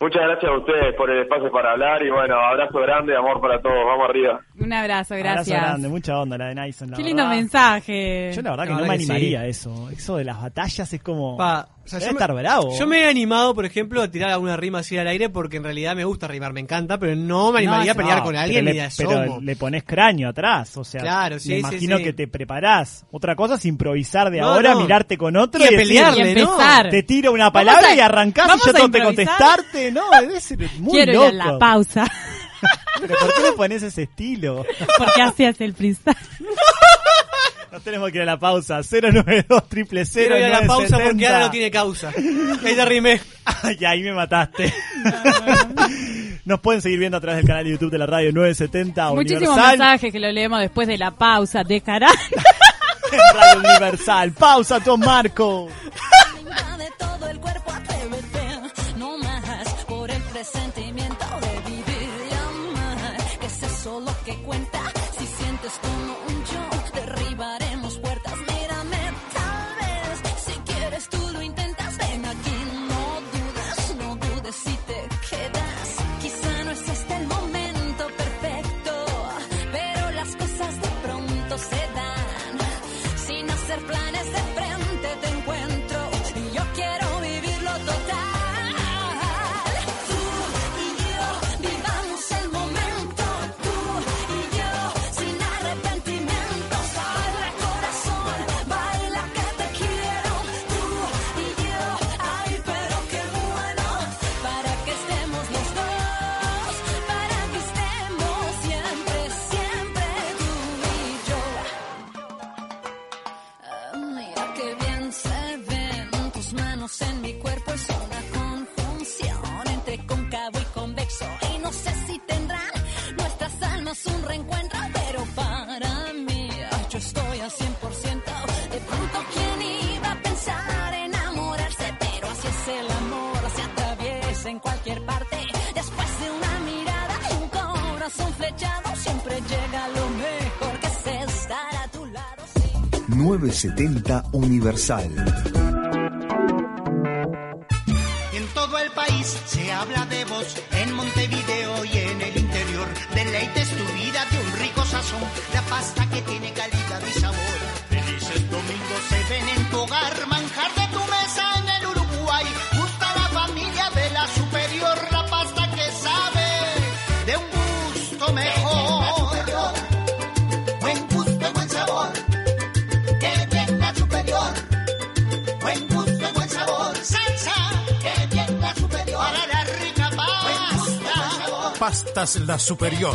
[SPEAKER 11] Muchas gracias a ustedes por el espacio para hablar y bueno, abrazo grande, amor para todos. Vamos arriba.
[SPEAKER 2] Un abrazo,
[SPEAKER 1] Abrazo
[SPEAKER 2] gracias.
[SPEAKER 1] grande, mucha onda la de Nysen. la
[SPEAKER 2] Qué lindo
[SPEAKER 1] verdad.
[SPEAKER 2] mensaje.
[SPEAKER 1] Yo la verdad que no me animaría a eso. Eso de las batallas es como...
[SPEAKER 3] Pa, o sea,
[SPEAKER 1] debe
[SPEAKER 3] yo me-
[SPEAKER 1] estar bravo.
[SPEAKER 3] Yo me he animado, por ejemplo, a tirar alguna rima así al aire porque en realidad me gusta rimar, me encanta, pero no me animaría a pelear
[SPEAKER 1] No,
[SPEAKER 3] con
[SPEAKER 1] pero
[SPEAKER 3] alguien
[SPEAKER 1] le-
[SPEAKER 3] ni de
[SPEAKER 1] Pero
[SPEAKER 3] asomo.
[SPEAKER 1] le pones cráneo atrás, o sea,
[SPEAKER 3] Claro, sí,
[SPEAKER 1] me
[SPEAKER 3] sí,
[SPEAKER 1] imagino
[SPEAKER 3] sí.
[SPEAKER 1] que te preparás. Otra cosa es improvisar de
[SPEAKER 3] No,
[SPEAKER 1] ahora,
[SPEAKER 3] no.
[SPEAKER 1] mirarte con otro
[SPEAKER 3] Y a
[SPEAKER 1] decir,
[SPEAKER 3] pelearle, ¿no?
[SPEAKER 1] Te tiro una palabra
[SPEAKER 2] Vamos a-
[SPEAKER 1] y arrancás
[SPEAKER 2] vamos
[SPEAKER 1] y yo
[SPEAKER 2] a
[SPEAKER 1] tengo que
[SPEAKER 2] improvisar.
[SPEAKER 1] contestarte, no, debe ser muy
[SPEAKER 2] Quiero
[SPEAKER 1] loco.
[SPEAKER 2] ir a la pausa
[SPEAKER 1] Pero ¿por qué le pones ese estilo?
[SPEAKER 2] porque así hace el freestyle.
[SPEAKER 1] Nos tenemos que ir a la pausa. 092 triple
[SPEAKER 3] Quiero ir a la pausa porque ahora no tiene causa. Ahí te rimé.
[SPEAKER 1] y ahí me mataste. Nos pueden seguir viendo a través del canal de YouTube de la radio 970
[SPEAKER 2] Muchísimos
[SPEAKER 1] Universal.
[SPEAKER 2] mensajes que lo leemos después de la pausa. Dejará.
[SPEAKER 1] Radio Universal. Pausa, Tom Marco.
[SPEAKER 12] de todo el cuerpo atrévete, no más por el presentimiento de vivir y amar, que es eso lo que cuenta, si sientes como un yo, derribaremos puertas, mírame tal vez, si quieres tú lo intentas, ven aquí, no dudes, no dudes si te quedas, quizá no es este el momento perfecto, pero las cosas de pronto se dan. Sin hacer planes de frente te encuentro y yo quiero vivirlo total. Tú y yo vivamos el momento. Tú y yo sin arrepentimientos. Baila corazón, baila que te quiero. Tú y yo, ay pero qué bueno para que estemos los dos, para que estemos siempre, siempre tú y yo. Ah, Mira que bien se ven tus manos en mi cuerpo, es una conjunción entre cóncavo y convexo. Y no sé si tendrán nuestras almas un reencuentro, pero para mí ah, yo estoy al 100%. De pronto, ¿quién iba a pensar enamorarse? Pero así es el amor, se atraviesa en cualquier parte. Después de una mirada y un corazón flechado, siempre llega lo mejor que es estar a tu lado.
[SPEAKER 13] 970 Universal.
[SPEAKER 10] En todo el país se habla de vos, en Montevideo y en el interior. Deleites tu vida de un rico sazón, la pasta que tiene calidad y sabor. Felices domingos se ven en tu hogar, manjar de tu mesa en el Uruguay. Gusta la familia de la superior, la pasta que sabe de un gusto mejor. Buen gusto y buen sabor, que bien la superior. Buen gusto y buen sabor, salsa, que bien la superior. Para la rica pasta.
[SPEAKER 14] Pastas La Superior.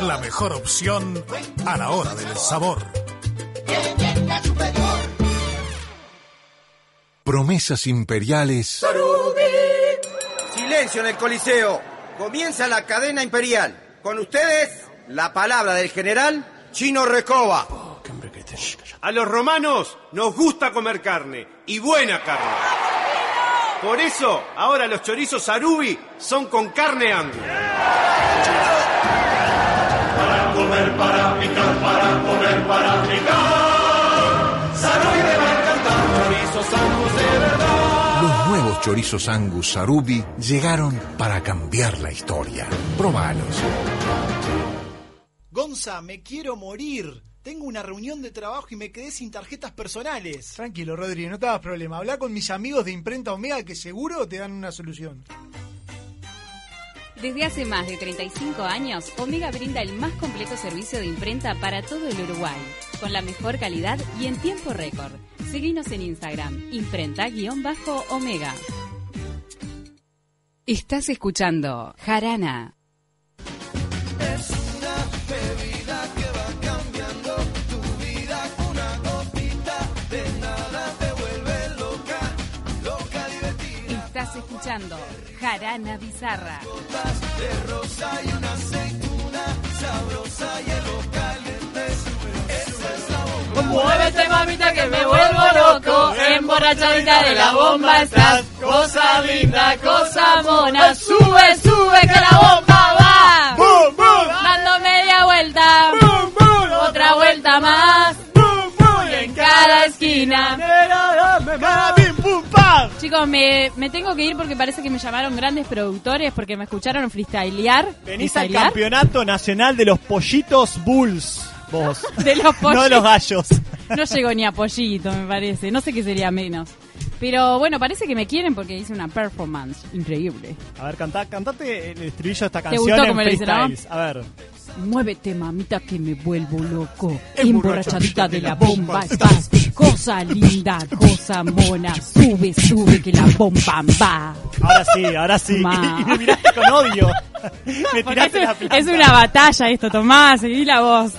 [SPEAKER 14] La mejor opción a la hora del sabor.
[SPEAKER 6] Promesas imperiales
[SPEAKER 9] Silencio en el Coliseo. Comienza la cadena imperial. Con ustedes, la palabra del general Chino Recoba.
[SPEAKER 15] A los romanos nos gusta comer carne y buena carne. Por eso, ahora los chorizos arubi son con carne angus. Para comer, para picar, para comer, para picar. Sarubi le va a encantar chorizos angus de verdad.
[SPEAKER 6] Los nuevos chorizos Angus Sarubi llegaron para cambiar la historia. Probalos.
[SPEAKER 8] Gonza, me quiero morir.
[SPEAKER 1] Tengo una reunión de trabajo y me quedé sin tarjetas personales.
[SPEAKER 8] Tranquilo, Rodri, no te hagas problema. Habla con mis amigos de Imprenta Omega que seguro te dan una solución.
[SPEAKER 16] Desde hace más de 35 años, Omega brinda el más completo servicio de imprenta para todo el Uruguay, con la mejor calidad y en tiempo récord. Seguinos en Instagram, imprenta-omega. Estás escuchando Jarana.
[SPEAKER 10] Es una bebida que va cambiando tu vida, una gotita de nada te vuelve loca, loca divertida.
[SPEAKER 16] Estás escuchando Jarana Bizarra.
[SPEAKER 10] Gotas de rosa y una aceituna, sabrosa y el caliente sube, eso es la bomba.
[SPEAKER 17] Muévete mamita que me vuelvo loco, emborrachadita de la bomba estás, cosa linda, cosa mona, sube, sube que la bomba va,
[SPEAKER 10] ¡Bum, bum!
[SPEAKER 17] dando media vuelta, otra vuelta más, y en cada esquina,
[SPEAKER 2] Chicos, me, me tengo que ir porque parece que me llamaron grandes productores porque me escucharon freestylear.
[SPEAKER 1] Venís al
[SPEAKER 2] Freestylear.
[SPEAKER 1] campeonato nacional de los pollitos bulls. Vos.
[SPEAKER 2] De los
[SPEAKER 1] No de
[SPEAKER 2] pollitos.
[SPEAKER 1] los gallos.
[SPEAKER 2] No llegó ni a pollito, me parece. No sé qué sería menos. Pero bueno, parece que me quieren porque hice una performance increíble.
[SPEAKER 1] A ver, cantá, cantate el estribillo de esta
[SPEAKER 2] ¿Te
[SPEAKER 1] canción
[SPEAKER 2] gustó
[SPEAKER 1] en
[SPEAKER 2] cómo lo hice, no?
[SPEAKER 1] freestyles. A ver.
[SPEAKER 17] Muévete, mamita, que me vuelvo loco.
[SPEAKER 2] Emborrachadita de la bomba estás. Cosa linda, cosa mona. Sube, sube que la bomba va.
[SPEAKER 1] Ahora sí, ahora sí.
[SPEAKER 2] Ma.
[SPEAKER 1] Y me miraste con odio. Me
[SPEAKER 2] Porque es,
[SPEAKER 1] tiraste la plata.
[SPEAKER 2] es una batalla esto, Tomás. Seguí la voz.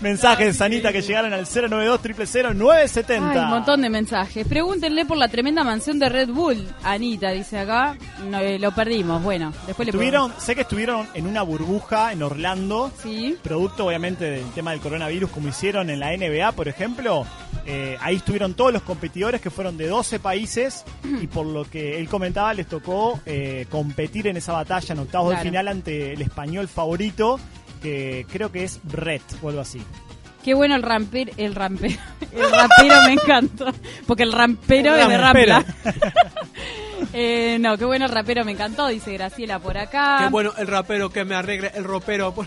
[SPEAKER 1] Mensajes, Sanita, que llegaron al 092 000
[SPEAKER 2] Ay, un
[SPEAKER 1] 970.
[SPEAKER 2] montón de mensajes. Pregúntenle por la tremenda mansión de Red Bull. Anita dice acá. No, eh, lo perdimos. Bueno, después le
[SPEAKER 1] Estuvieron, sé que estuvieron en una burbuja en Orlando,
[SPEAKER 2] Sí.
[SPEAKER 1] producto obviamente del tema del coronavirus, como hicieron en la NBA, por ejemplo. Eh, ahí estuvieron todos los competidores que fueron de 12 países y por lo que él comentaba les tocó eh, competir en esa batalla en octavos
[SPEAKER 2] Claro.
[SPEAKER 1] de final ante el español favorito, que creo que es Red o algo así.
[SPEAKER 2] Qué bueno el ramper, el ramper, el rapero me encantó, porque el rampero
[SPEAKER 1] El
[SPEAKER 2] es de
[SPEAKER 1] rampero.
[SPEAKER 2] Rampla. Eh, no, qué bueno el rapero me encantó, dice Graciela por acá.
[SPEAKER 3] Qué bueno el rapero que me arregle el ropero. por-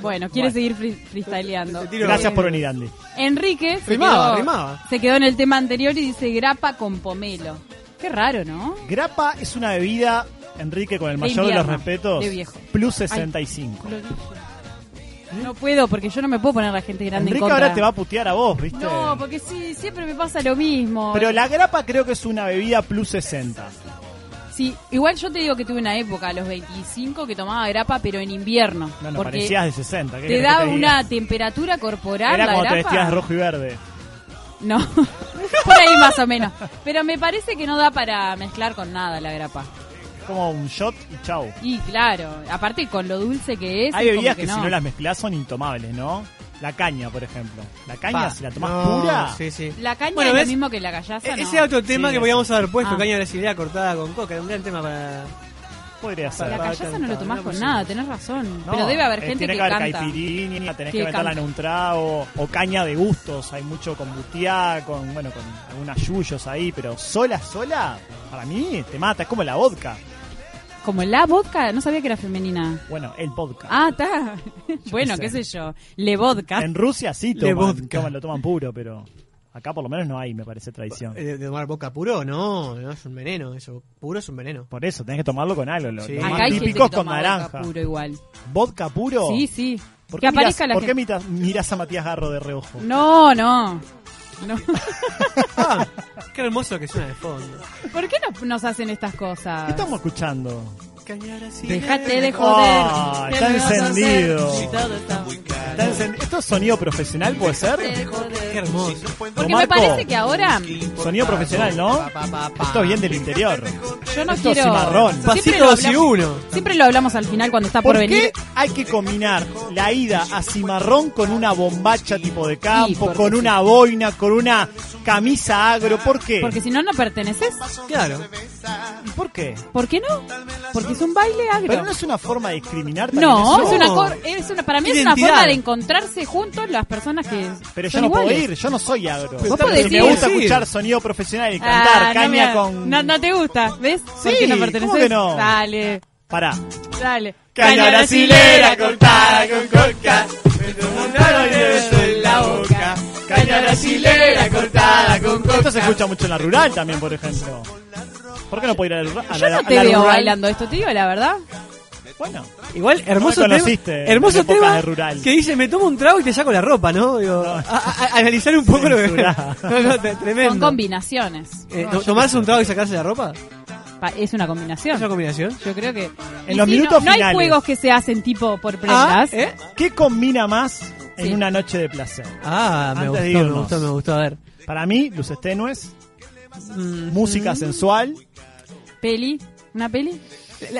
[SPEAKER 2] Bueno, quiere
[SPEAKER 3] Bueno.
[SPEAKER 2] seguir fri- freestyleando.
[SPEAKER 1] Gracias
[SPEAKER 2] eh,
[SPEAKER 1] por venir, Andy.
[SPEAKER 2] Enrique se,
[SPEAKER 3] Rimaba,
[SPEAKER 2] quedó,
[SPEAKER 3] rimaba.
[SPEAKER 2] se quedó en el tema anterior y dice grapa con pomelo. Qué raro, ¿no?
[SPEAKER 1] Grapa es una bebida, Enrique, con el
[SPEAKER 2] De
[SPEAKER 1] mayor de, los
[SPEAKER 2] invierno,
[SPEAKER 1] respetos,
[SPEAKER 2] de viejo.
[SPEAKER 1] plus 65.
[SPEAKER 2] No puedo, porque yo no me puedo poner a la gente grande
[SPEAKER 1] Enrique
[SPEAKER 2] en contra.
[SPEAKER 1] ahora te va a putear a vos, ¿viste?
[SPEAKER 2] No, porque eh. sí, siempre me pasa lo mismo.
[SPEAKER 1] Pero la grapa creo que es una bebida plus 60.
[SPEAKER 2] Sí, igual yo te digo que tuve una época, a los 25, que tomaba grapa, pero en invierno.
[SPEAKER 1] No, no,
[SPEAKER 2] porque
[SPEAKER 1] parecías de 60. ¿qué
[SPEAKER 2] te
[SPEAKER 1] querés que
[SPEAKER 2] daba
[SPEAKER 1] diga?
[SPEAKER 2] una temperatura corporal
[SPEAKER 1] Era
[SPEAKER 2] la
[SPEAKER 1] cuando te
[SPEAKER 2] grapa.
[SPEAKER 1] vestías rojo y verde.
[SPEAKER 2] No, por ahí más o menos. Pero me parece que no da para mezclar con nada la grapa.
[SPEAKER 1] Como un shot y chau.
[SPEAKER 2] Y claro, aparte con lo dulce que es.
[SPEAKER 1] Hay
[SPEAKER 2] es como
[SPEAKER 1] bebidas que,
[SPEAKER 2] que no.
[SPEAKER 1] si no las mezclas son intomables, ¿no? La caña, por ejemplo. La caña,
[SPEAKER 3] Pa.
[SPEAKER 1] si la tomás
[SPEAKER 3] No,
[SPEAKER 1] pura.
[SPEAKER 3] sí, sí.
[SPEAKER 2] La caña
[SPEAKER 3] Bueno,
[SPEAKER 2] es
[SPEAKER 3] ¿ves?
[SPEAKER 2] lo mismo que la
[SPEAKER 1] e-,
[SPEAKER 2] callaza, ¿no?
[SPEAKER 3] Ese es otro tema
[SPEAKER 1] Sí,
[SPEAKER 3] que podíamos
[SPEAKER 1] sí.
[SPEAKER 3] haber puesto,
[SPEAKER 2] Ah.
[SPEAKER 3] caña brasileña cortada con coca, un gran tema para... eh,
[SPEAKER 1] Podría ser.
[SPEAKER 2] La callaza no lo tomás con nada, tenés razón.
[SPEAKER 1] pues No,
[SPEAKER 2] pero debe haber
[SPEAKER 1] eh,
[SPEAKER 2] gente
[SPEAKER 1] tiene
[SPEAKER 2] que,
[SPEAKER 1] que haber
[SPEAKER 2] canta.
[SPEAKER 1] caipirinha, tenés
[SPEAKER 2] Que
[SPEAKER 1] que, meterla
[SPEAKER 2] canta.
[SPEAKER 1] en un trago. O caña de gustos. Hay mucho con butiá, con, bueno, con algunas yuyos ahí. Pero sola, sola, para mí te mata. Es como la vodka.
[SPEAKER 2] Como la vodka, no sabía que era femenina.
[SPEAKER 1] Bueno, el vodka.
[SPEAKER 2] Ah, está. bueno,
[SPEAKER 1] sé.
[SPEAKER 2] qué sé yo. Le vodka.
[SPEAKER 1] En Rusia sí
[SPEAKER 3] Le
[SPEAKER 1] toman,
[SPEAKER 3] vodka.
[SPEAKER 1] toman- lo toman puro, pero acá por lo menos no hay, me parece, tradición.
[SPEAKER 3] Eh, De, de tomar boca puro, no, no, es un veneno, eso, puro es un veneno.
[SPEAKER 1] Por eso, tenés que tomarlo con algo. Lo,
[SPEAKER 3] Sí.
[SPEAKER 1] lo
[SPEAKER 3] Acá
[SPEAKER 1] más
[SPEAKER 3] hay
[SPEAKER 2] gente
[SPEAKER 1] típico
[SPEAKER 2] que
[SPEAKER 1] es con
[SPEAKER 2] toma
[SPEAKER 1] naranja.
[SPEAKER 2] vodka puro igual.
[SPEAKER 1] ¿Vodka puro?
[SPEAKER 2] Sí, sí.
[SPEAKER 1] ¿Por
[SPEAKER 2] que
[SPEAKER 1] qué, mirás,
[SPEAKER 2] aparezca la
[SPEAKER 1] por qué
[SPEAKER 2] gente.
[SPEAKER 1] miras, mirás a Matías Garro de reojo?
[SPEAKER 2] No, no. No.
[SPEAKER 3] Qué hermoso que suena de fondo.
[SPEAKER 2] ¿Por qué no- nos hacen estas cosas?
[SPEAKER 1] ¿Qué estamos escuchando?
[SPEAKER 2] Déjate de joder.
[SPEAKER 1] Ah,
[SPEAKER 2] ¿Qué
[SPEAKER 1] está
[SPEAKER 2] me vas a
[SPEAKER 1] encendido.
[SPEAKER 2] hacer? Si todo está muy caro.
[SPEAKER 1] Está encen- ¿Esto es sonido profesional, puede ser?
[SPEAKER 3] Qué hermoso.
[SPEAKER 2] Porque
[SPEAKER 1] Marco,
[SPEAKER 2] me parece que ahora
[SPEAKER 1] Sonido profesional, ¿no? Esto es bien del interior.
[SPEAKER 2] yo no
[SPEAKER 1] Esto es
[SPEAKER 2] quiero.
[SPEAKER 1] cimarrón.
[SPEAKER 2] Siempre lo, hablamos, siempre lo hablamos al final cuando está por,
[SPEAKER 1] ¿Por
[SPEAKER 2] venir.
[SPEAKER 1] qué hay que combinar la ida a Cimarrón con una bombacha tipo de campo,
[SPEAKER 2] porque
[SPEAKER 1] con
[SPEAKER 2] sí.
[SPEAKER 1] una boina, con una camisa agro? ¿Por qué?
[SPEAKER 2] Porque si no, no perteneces.
[SPEAKER 3] Claro.
[SPEAKER 1] ¿Y por qué?
[SPEAKER 2] ¿Por qué no? Porque es un baile agro.
[SPEAKER 1] Pero no es una forma de discriminar. también
[SPEAKER 2] No,
[SPEAKER 1] eso?
[SPEAKER 2] es una, cor- es una- para mí es una
[SPEAKER 1] Identidad.
[SPEAKER 2] forma de encontrarse juntos las personas que.
[SPEAKER 1] Pero yo
[SPEAKER 2] son
[SPEAKER 1] no
[SPEAKER 2] iguales.
[SPEAKER 1] puedo ir, yo no soy agro.
[SPEAKER 2] Vos podés
[SPEAKER 1] Si me
[SPEAKER 2] ir.
[SPEAKER 1] gusta
[SPEAKER 2] Sí.
[SPEAKER 1] escuchar sonido profesional y cantar
[SPEAKER 2] Ah, no
[SPEAKER 1] caña
[SPEAKER 2] me-
[SPEAKER 1] con...
[SPEAKER 2] No, no te gusta, ¿ves?
[SPEAKER 1] Sí,
[SPEAKER 2] Porque no
[SPEAKER 1] ¿cómo
[SPEAKER 2] perteneces.
[SPEAKER 1] que no?
[SPEAKER 2] Dale,
[SPEAKER 1] Pará.
[SPEAKER 2] dale.
[SPEAKER 10] Caña brasilera cortada con coca, me tomo un trago y me beso en la
[SPEAKER 17] la boca. Caña brasilera cortada con coca.
[SPEAKER 1] Esto se escucha mucho en la rural también, por ejemplo. ¿Por qué no puedo ir a la, a
[SPEAKER 2] Yo
[SPEAKER 1] la-
[SPEAKER 2] no
[SPEAKER 1] a
[SPEAKER 2] te
[SPEAKER 1] la
[SPEAKER 2] veo
[SPEAKER 1] rural?
[SPEAKER 2] bailando esto, tío, la verdad.
[SPEAKER 1] Bueno.
[SPEAKER 3] Igual, hermoso
[SPEAKER 1] No me
[SPEAKER 3] tema,
[SPEAKER 1] conociste en
[SPEAKER 3] hermoso
[SPEAKER 1] épocas
[SPEAKER 3] tema
[SPEAKER 1] de rural.
[SPEAKER 3] que dice, me tomo un trago y te saco la ropa, ¿no? Digo, a- a- a- analizar un poco lo que... No, no, te-
[SPEAKER 2] Son
[SPEAKER 3] tremendo.
[SPEAKER 2] combinaciones.
[SPEAKER 3] Eh, to- ¿Tomarse un trago y sacarse la ropa?
[SPEAKER 2] Pa- Es una combinación.
[SPEAKER 3] ¿Es una combinación?
[SPEAKER 2] Yo creo que.
[SPEAKER 1] En
[SPEAKER 2] Y
[SPEAKER 1] los
[SPEAKER 2] sí,
[SPEAKER 1] minutos
[SPEAKER 2] no, no hay
[SPEAKER 1] finales. Ah, eh.
[SPEAKER 2] juegos que se hacen tipo por prendas.
[SPEAKER 3] ¿eh?
[SPEAKER 1] ¿Qué combina más en
[SPEAKER 2] Sí.
[SPEAKER 1] una noche de placer?
[SPEAKER 3] Ah, me
[SPEAKER 1] Antes de
[SPEAKER 3] gustó, me
[SPEAKER 1] irnos.
[SPEAKER 3] gustó, me gustó, a ver.
[SPEAKER 1] Para mí, luces tenues, música sensual.
[SPEAKER 2] Peli. ¿Una peli?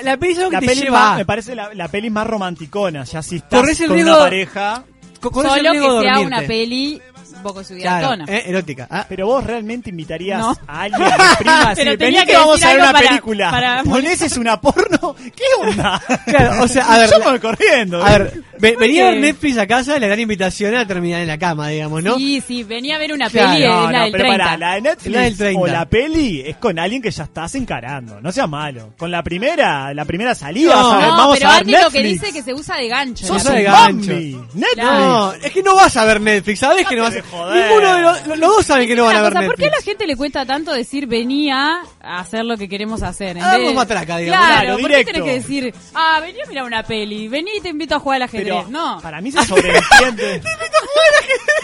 [SPEAKER 3] La, peli es
[SPEAKER 1] La peli más- me parece la, la peli más romanticona. Ya si estás
[SPEAKER 3] Corres el
[SPEAKER 1] con una
[SPEAKER 3] riesgo-
[SPEAKER 1] pareja...
[SPEAKER 3] co- corres el
[SPEAKER 2] Solo que
[SPEAKER 3] riesgo de
[SPEAKER 2] sea
[SPEAKER 3] dormirte.
[SPEAKER 2] una peli un poco subida
[SPEAKER 3] Claro,
[SPEAKER 2] de tono.
[SPEAKER 3] eh, erótica. Ah,
[SPEAKER 1] Pero vos realmente invitarías
[SPEAKER 2] No.
[SPEAKER 1] a alguien, a mi prima, a decir,
[SPEAKER 2] Pero tenía
[SPEAKER 1] vení que
[SPEAKER 2] que
[SPEAKER 1] vamos
[SPEAKER 2] decir
[SPEAKER 1] a ver una
[SPEAKER 2] algo para-
[SPEAKER 1] película.
[SPEAKER 2] para-
[SPEAKER 1] ¿Ponés es una porno? ¿Qué onda?
[SPEAKER 3] Claro, o sea, a ver,
[SPEAKER 1] Yo me voy corriendo.
[SPEAKER 3] A ver, ve- venía a ver
[SPEAKER 2] Ok.
[SPEAKER 3] Netflix a casa, la gran invitación era terminar en la cama, digamos, ¿no?
[SPEAKER 2] Sí, sí, venía a ver una
[SPEAKER 3] Claro,
[SPEAKER 2] peli, es
[SPEAKER 3] no,
[SPEAKER 2] la del
[SPEAKER 1] Ah, pero
[SPEAKER 2] 30.
[SPEAKER 1] pará, la de Netflix
[SPEAKER 3] La del 30.
[SPEAKER 1] o la peli es con alguien que ya estás encarando. No seas malo. Con la primera, la primera salida, vas a ver-
[SPEAKER 2] No,
[SPEAKER 1] vamos
[SPEAKER 2] pero
[SPEAKER 1] a ver
[SPEAKER 2] Andy
[SPEAKER 1] Netflix.
[SPEAKER 2] lo que dice es que se usa de gancho.
[SPEAKER 3] Sos
[SPEAKER 2] la
[SPEAKER 3] de
[SPEAKER 2] peli.
[SPEAKER 3] gancho.
[SPEAKER 1] Bambi. Netflix.
[SPEAKER 3] No, es que no vas a ver Netflix, ¿sabes que no vas a
[SPEAKER 1] de joder.
[SPEAKER 3] Ninguno de los, los dos saben que no van a
[SPEAKER 2] Una
[SPEAKER 3] ver
[SPEAKER 2] cosa, ¿Por qué a
[SPEAKER 3] Netflix.
[SPEAKER 2] la gente le cuesta tanto decir venía a hacer lo que queremos hacer? en
[SPEAKER 3] Hagamos
[SPEAKER 2] vez de-
[SPEAKER 3] matraca, digamos.
[SPEAKER 2] Claro,
[SPEAKER 3] Claro,
[SPEAKER 2] ¿por
[SPEAKER 3] directo.
[SPEAKER 2] qué tenés que decir, ah, vení a mirar una peli, vení y te invito a jugar al ajedrez?
[SPEAKER 1] Pero
[SPEAKER 2] no.
[SPEAKER 1] para mí se sobreentiende.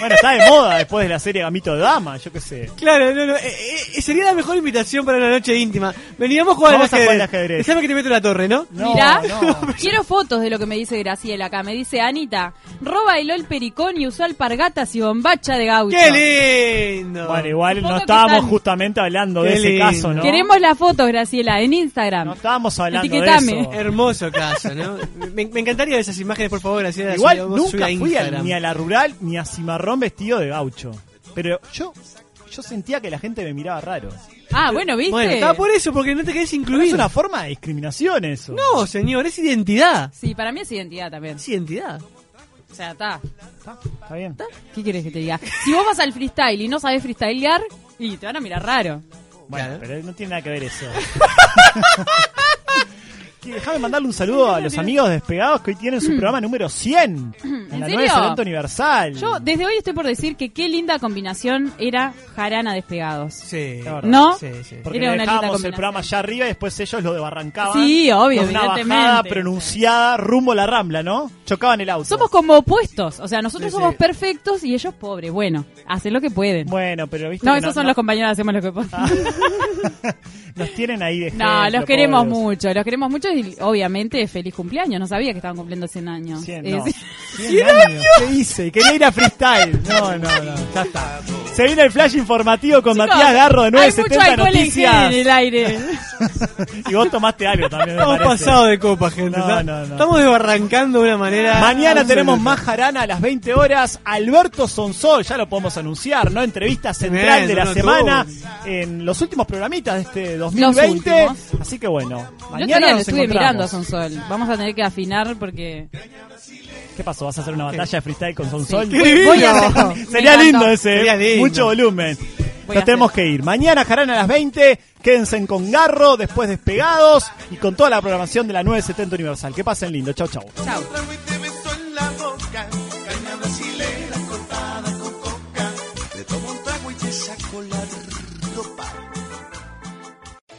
[SPEAKER 1] bueno, está de moda después de la serie Gamito de Dama, yo qué sé.
[SPEAKER 3] Claro, no, no, eh, eh, sería la mejor invitación para una noche íntima. Veníamos a jugar al
[SPEAKER 1] Vamos a
[SPEAKER 3] ajedrez.
[SPEAKER 1] jugar al ajedrez.
[SPEAKER 3] Déjame que te meto la torre, ¿no?
[SPEAKER 1] No,
[SPEAKER 2] Mirá,
[SPEAKER 1] no.
[SPEAKER 2] quiero fotos de lo que me dice Graciela acá. Me dice, Anita, roba el LOL pericón y usó alpargatas y bombacha de gaucho.
[SPEAKER 3] ¡Qué lindo!
[SPEAKER 1] Bueno, igual
[SPEAKER 2] Supongo
[SPEAKER 1] no
[SPEAKER 2] que
[SPEAKER 1] estábamos
[SPEAKER 2] están-
[SPEAKER 1] justamente hablando de
[SPEAKER 3] Qué
[SPEAKER 1] ese
[SPEAKER 3] lindo.
[SPEAKER 1] caso, ¿no?
[SPEAKER 2] Queremos las fotos, Graciela, en Instagram.
[SPEAKER 1] No estábamos hablando de
[SPEAKER 2] Etiquetame.
[SPEAKER 1] eso.
[SPEAKER 3] Hermoso caso, ¿no? Me, me encantaría ver esas imágenes, por favor, gracias. las
[SPEAKER 1] Igual
[SPEAKER 3] subamos- subí
[SPEAKER 1] nunca
[SPEAKER 3] a
[SPEAKER 1] fui al-
[SPEAKER 3] Instagram.
[SPEAKER 1] ni a la rural ni a Cimarrón vestido de gaucho. Pero yo, yo sentía que la gente me miraba raro.
[SPEAKER 2] Ah, bueno, ¿viste?
[SPEAKER 3] Bueno, estaba por eso, porque no te querés
[SPEAKER 1] Pero es
[SPEAKER 3] incluir.
[SPEAKER 1] una forma de discriminación eso.
[SPEAKER 3] No, señor, es identidad.
[SPEAKER 2] Sí, para mí es identidad también.
[SPEAKER 3] Es identidad.
[SPEAKER 2] O sea, está.
[SPEAKER 1] Está bien.
[SPEAKER 2] ¿Qué quieres que te diga? Si vos vas al freestyle y no sabes freestylear, y te van a mirar raro.
[SPEAKER 1] Bueno, pero no tiene nada que ver eso. Que Déjame mandarle un saludo a los amigos despegados que hoy tienen su programa número 100 en la
[SPEAKER 2] Mm. serio?
[SPEAKER 1] nueva Sorrento Universal.
[SPEAKER 2] Yo desde hoy estoy por decir que qué linda combinación era Jarana Despegados.
[SPEAKER 3] Sí.
[SPEAKER 1] La verdad.
[SPEAKER 2] ¿No?
[SPEAKER 3] Sí, sí.
[SPEAKER 1] Porque
[SPEAKER 2] Era
[SPEAKER 1] le
[SPEAKER 2] una linda
[SPEAKER 1] dejábamos el
[SPEAKER 2] combinación.
[SPEAKER 1] programa allá arriba y después ellos lo debarrancaban.
[SPEAKER 2] Sí, obvio,
[SPEAKER 1] Con una bajada
[SPEAKER 2] evidentemente.
[SPEAKER 1] pronunciada rumbo a la rambla, ¿no? Chocaban el auto.
[SPEAKER 2] Somos como opuestos, o sea, nosotros
[SPEAKER 1] Sí, sí.
[SPEAKER 2] somos perfectos y ellos pobres. Bueno, hacen lo que pueden.
[SPEAKER 1] Bueno, pero viste.
[SPEAKER 2] no,
[SPEAKER 1] que
[SPEAKER 2] esos son los compañeros, hacemos lo que podemos.
[SPEAKER 1] Ah, Nos tienen ahí de
[SPEAKER 2] no,
[SPEAKER 1] ejemplo,
[SPEAKER 2] los queremos
[SPEAKER 1] pobres.
[SPEAKER 2] mucho, los queremos mucho y obviamente feliz cumpleaños. No sabía que estaban cumpliendo 100 años.
[SPEAKER 1] Cien,
[SPEAKER 2] Eh,
[SPEAKER 1] no.
[SPEAKER 2] sí.
[SPEAKER 1] Cien años. ¿Qué hice? Quería ir a freestyle. No, no, no. Ya está. Se viene el flash informativo con
[SPEAKER 2] Chicos,
[SPEAKER 1] Matías Garro de
[SPEAKER 2] Hay
[SPEAKER 1] 970
[SPEAKER 2] mucho alcohol en gel
[SPEAKER 1] Noticias.
[SPEAKER 2] en el aire.
[SPEAKER 1] Y vos tomaste algo también. me
[SPEAKER 3] Estamos
[SPEAKER 1] parece.
[SPEAKER 3] pasados de copa, gente.
[SPEAKER 1] No,
[SPEAKER 3] ¿sabes?
[SPEAKER 1] no, no.
[SPEAKER 3] Estamos desbarrancando de una manera.
[SPEAKER 1] Mañana tenemos
[SPEAKER 3] absoluta.
[SPEAKER 1] más jarana a las 20 horas. Alberto Sonsol, ya lo podemos anunciar, ¿no? Entrevista central
[SPEAKER 3] Tremendo,
[SPEAKER 1] de la
[SPEAKER 3] no,
[SPEAKER 1] semana en los últimos programitas de este 2020.
[SPEAKER 2] últimos.
[SPEAKER 1] Así que bueno,
[SPEAKER 2] El otro
[SPEAKER 1] mañana
[SPEAKER 2] día lo
[SPEAKER 1] nos
[SPEAKER 2] estuve mirando a
[SPEAKER 1] encontramos.
[SPEAKER 2] Sonsol. Vamos a tener que afinar porque.
[SPEAKER 1] ¿Qué pasó? ¿Vas a hacer una batalla de freestyle con Sonsol?
[SPEAKER 2] Ah, Sí. Voy- voy a hacerlo. Me
[SPEAKER 1] Sería
[SPEAKER 2] encantó.
[SPEAKER 1] lindo ese, ¿eh?
[SPEAKER 3] Sería lindo.
[SPEAKER 1] mucho volumen.
[SPEAKER 2] Voy
[SPEAKER 1] Nos
[SPEAKER 2] a
[SPEAKER 1] tenemos que ir. Mañana jarana a las 20. Quédense con Garro, después despegados y con toda la programación de la 970 Universal. Que pasen lindo. Chau, chau.
[SPEAKER 2] Chao.
[SPEAKER 10] trago y te beso en la boca. Caña brasilera cortada con coca. Le tomo un trago y te saco la ropa.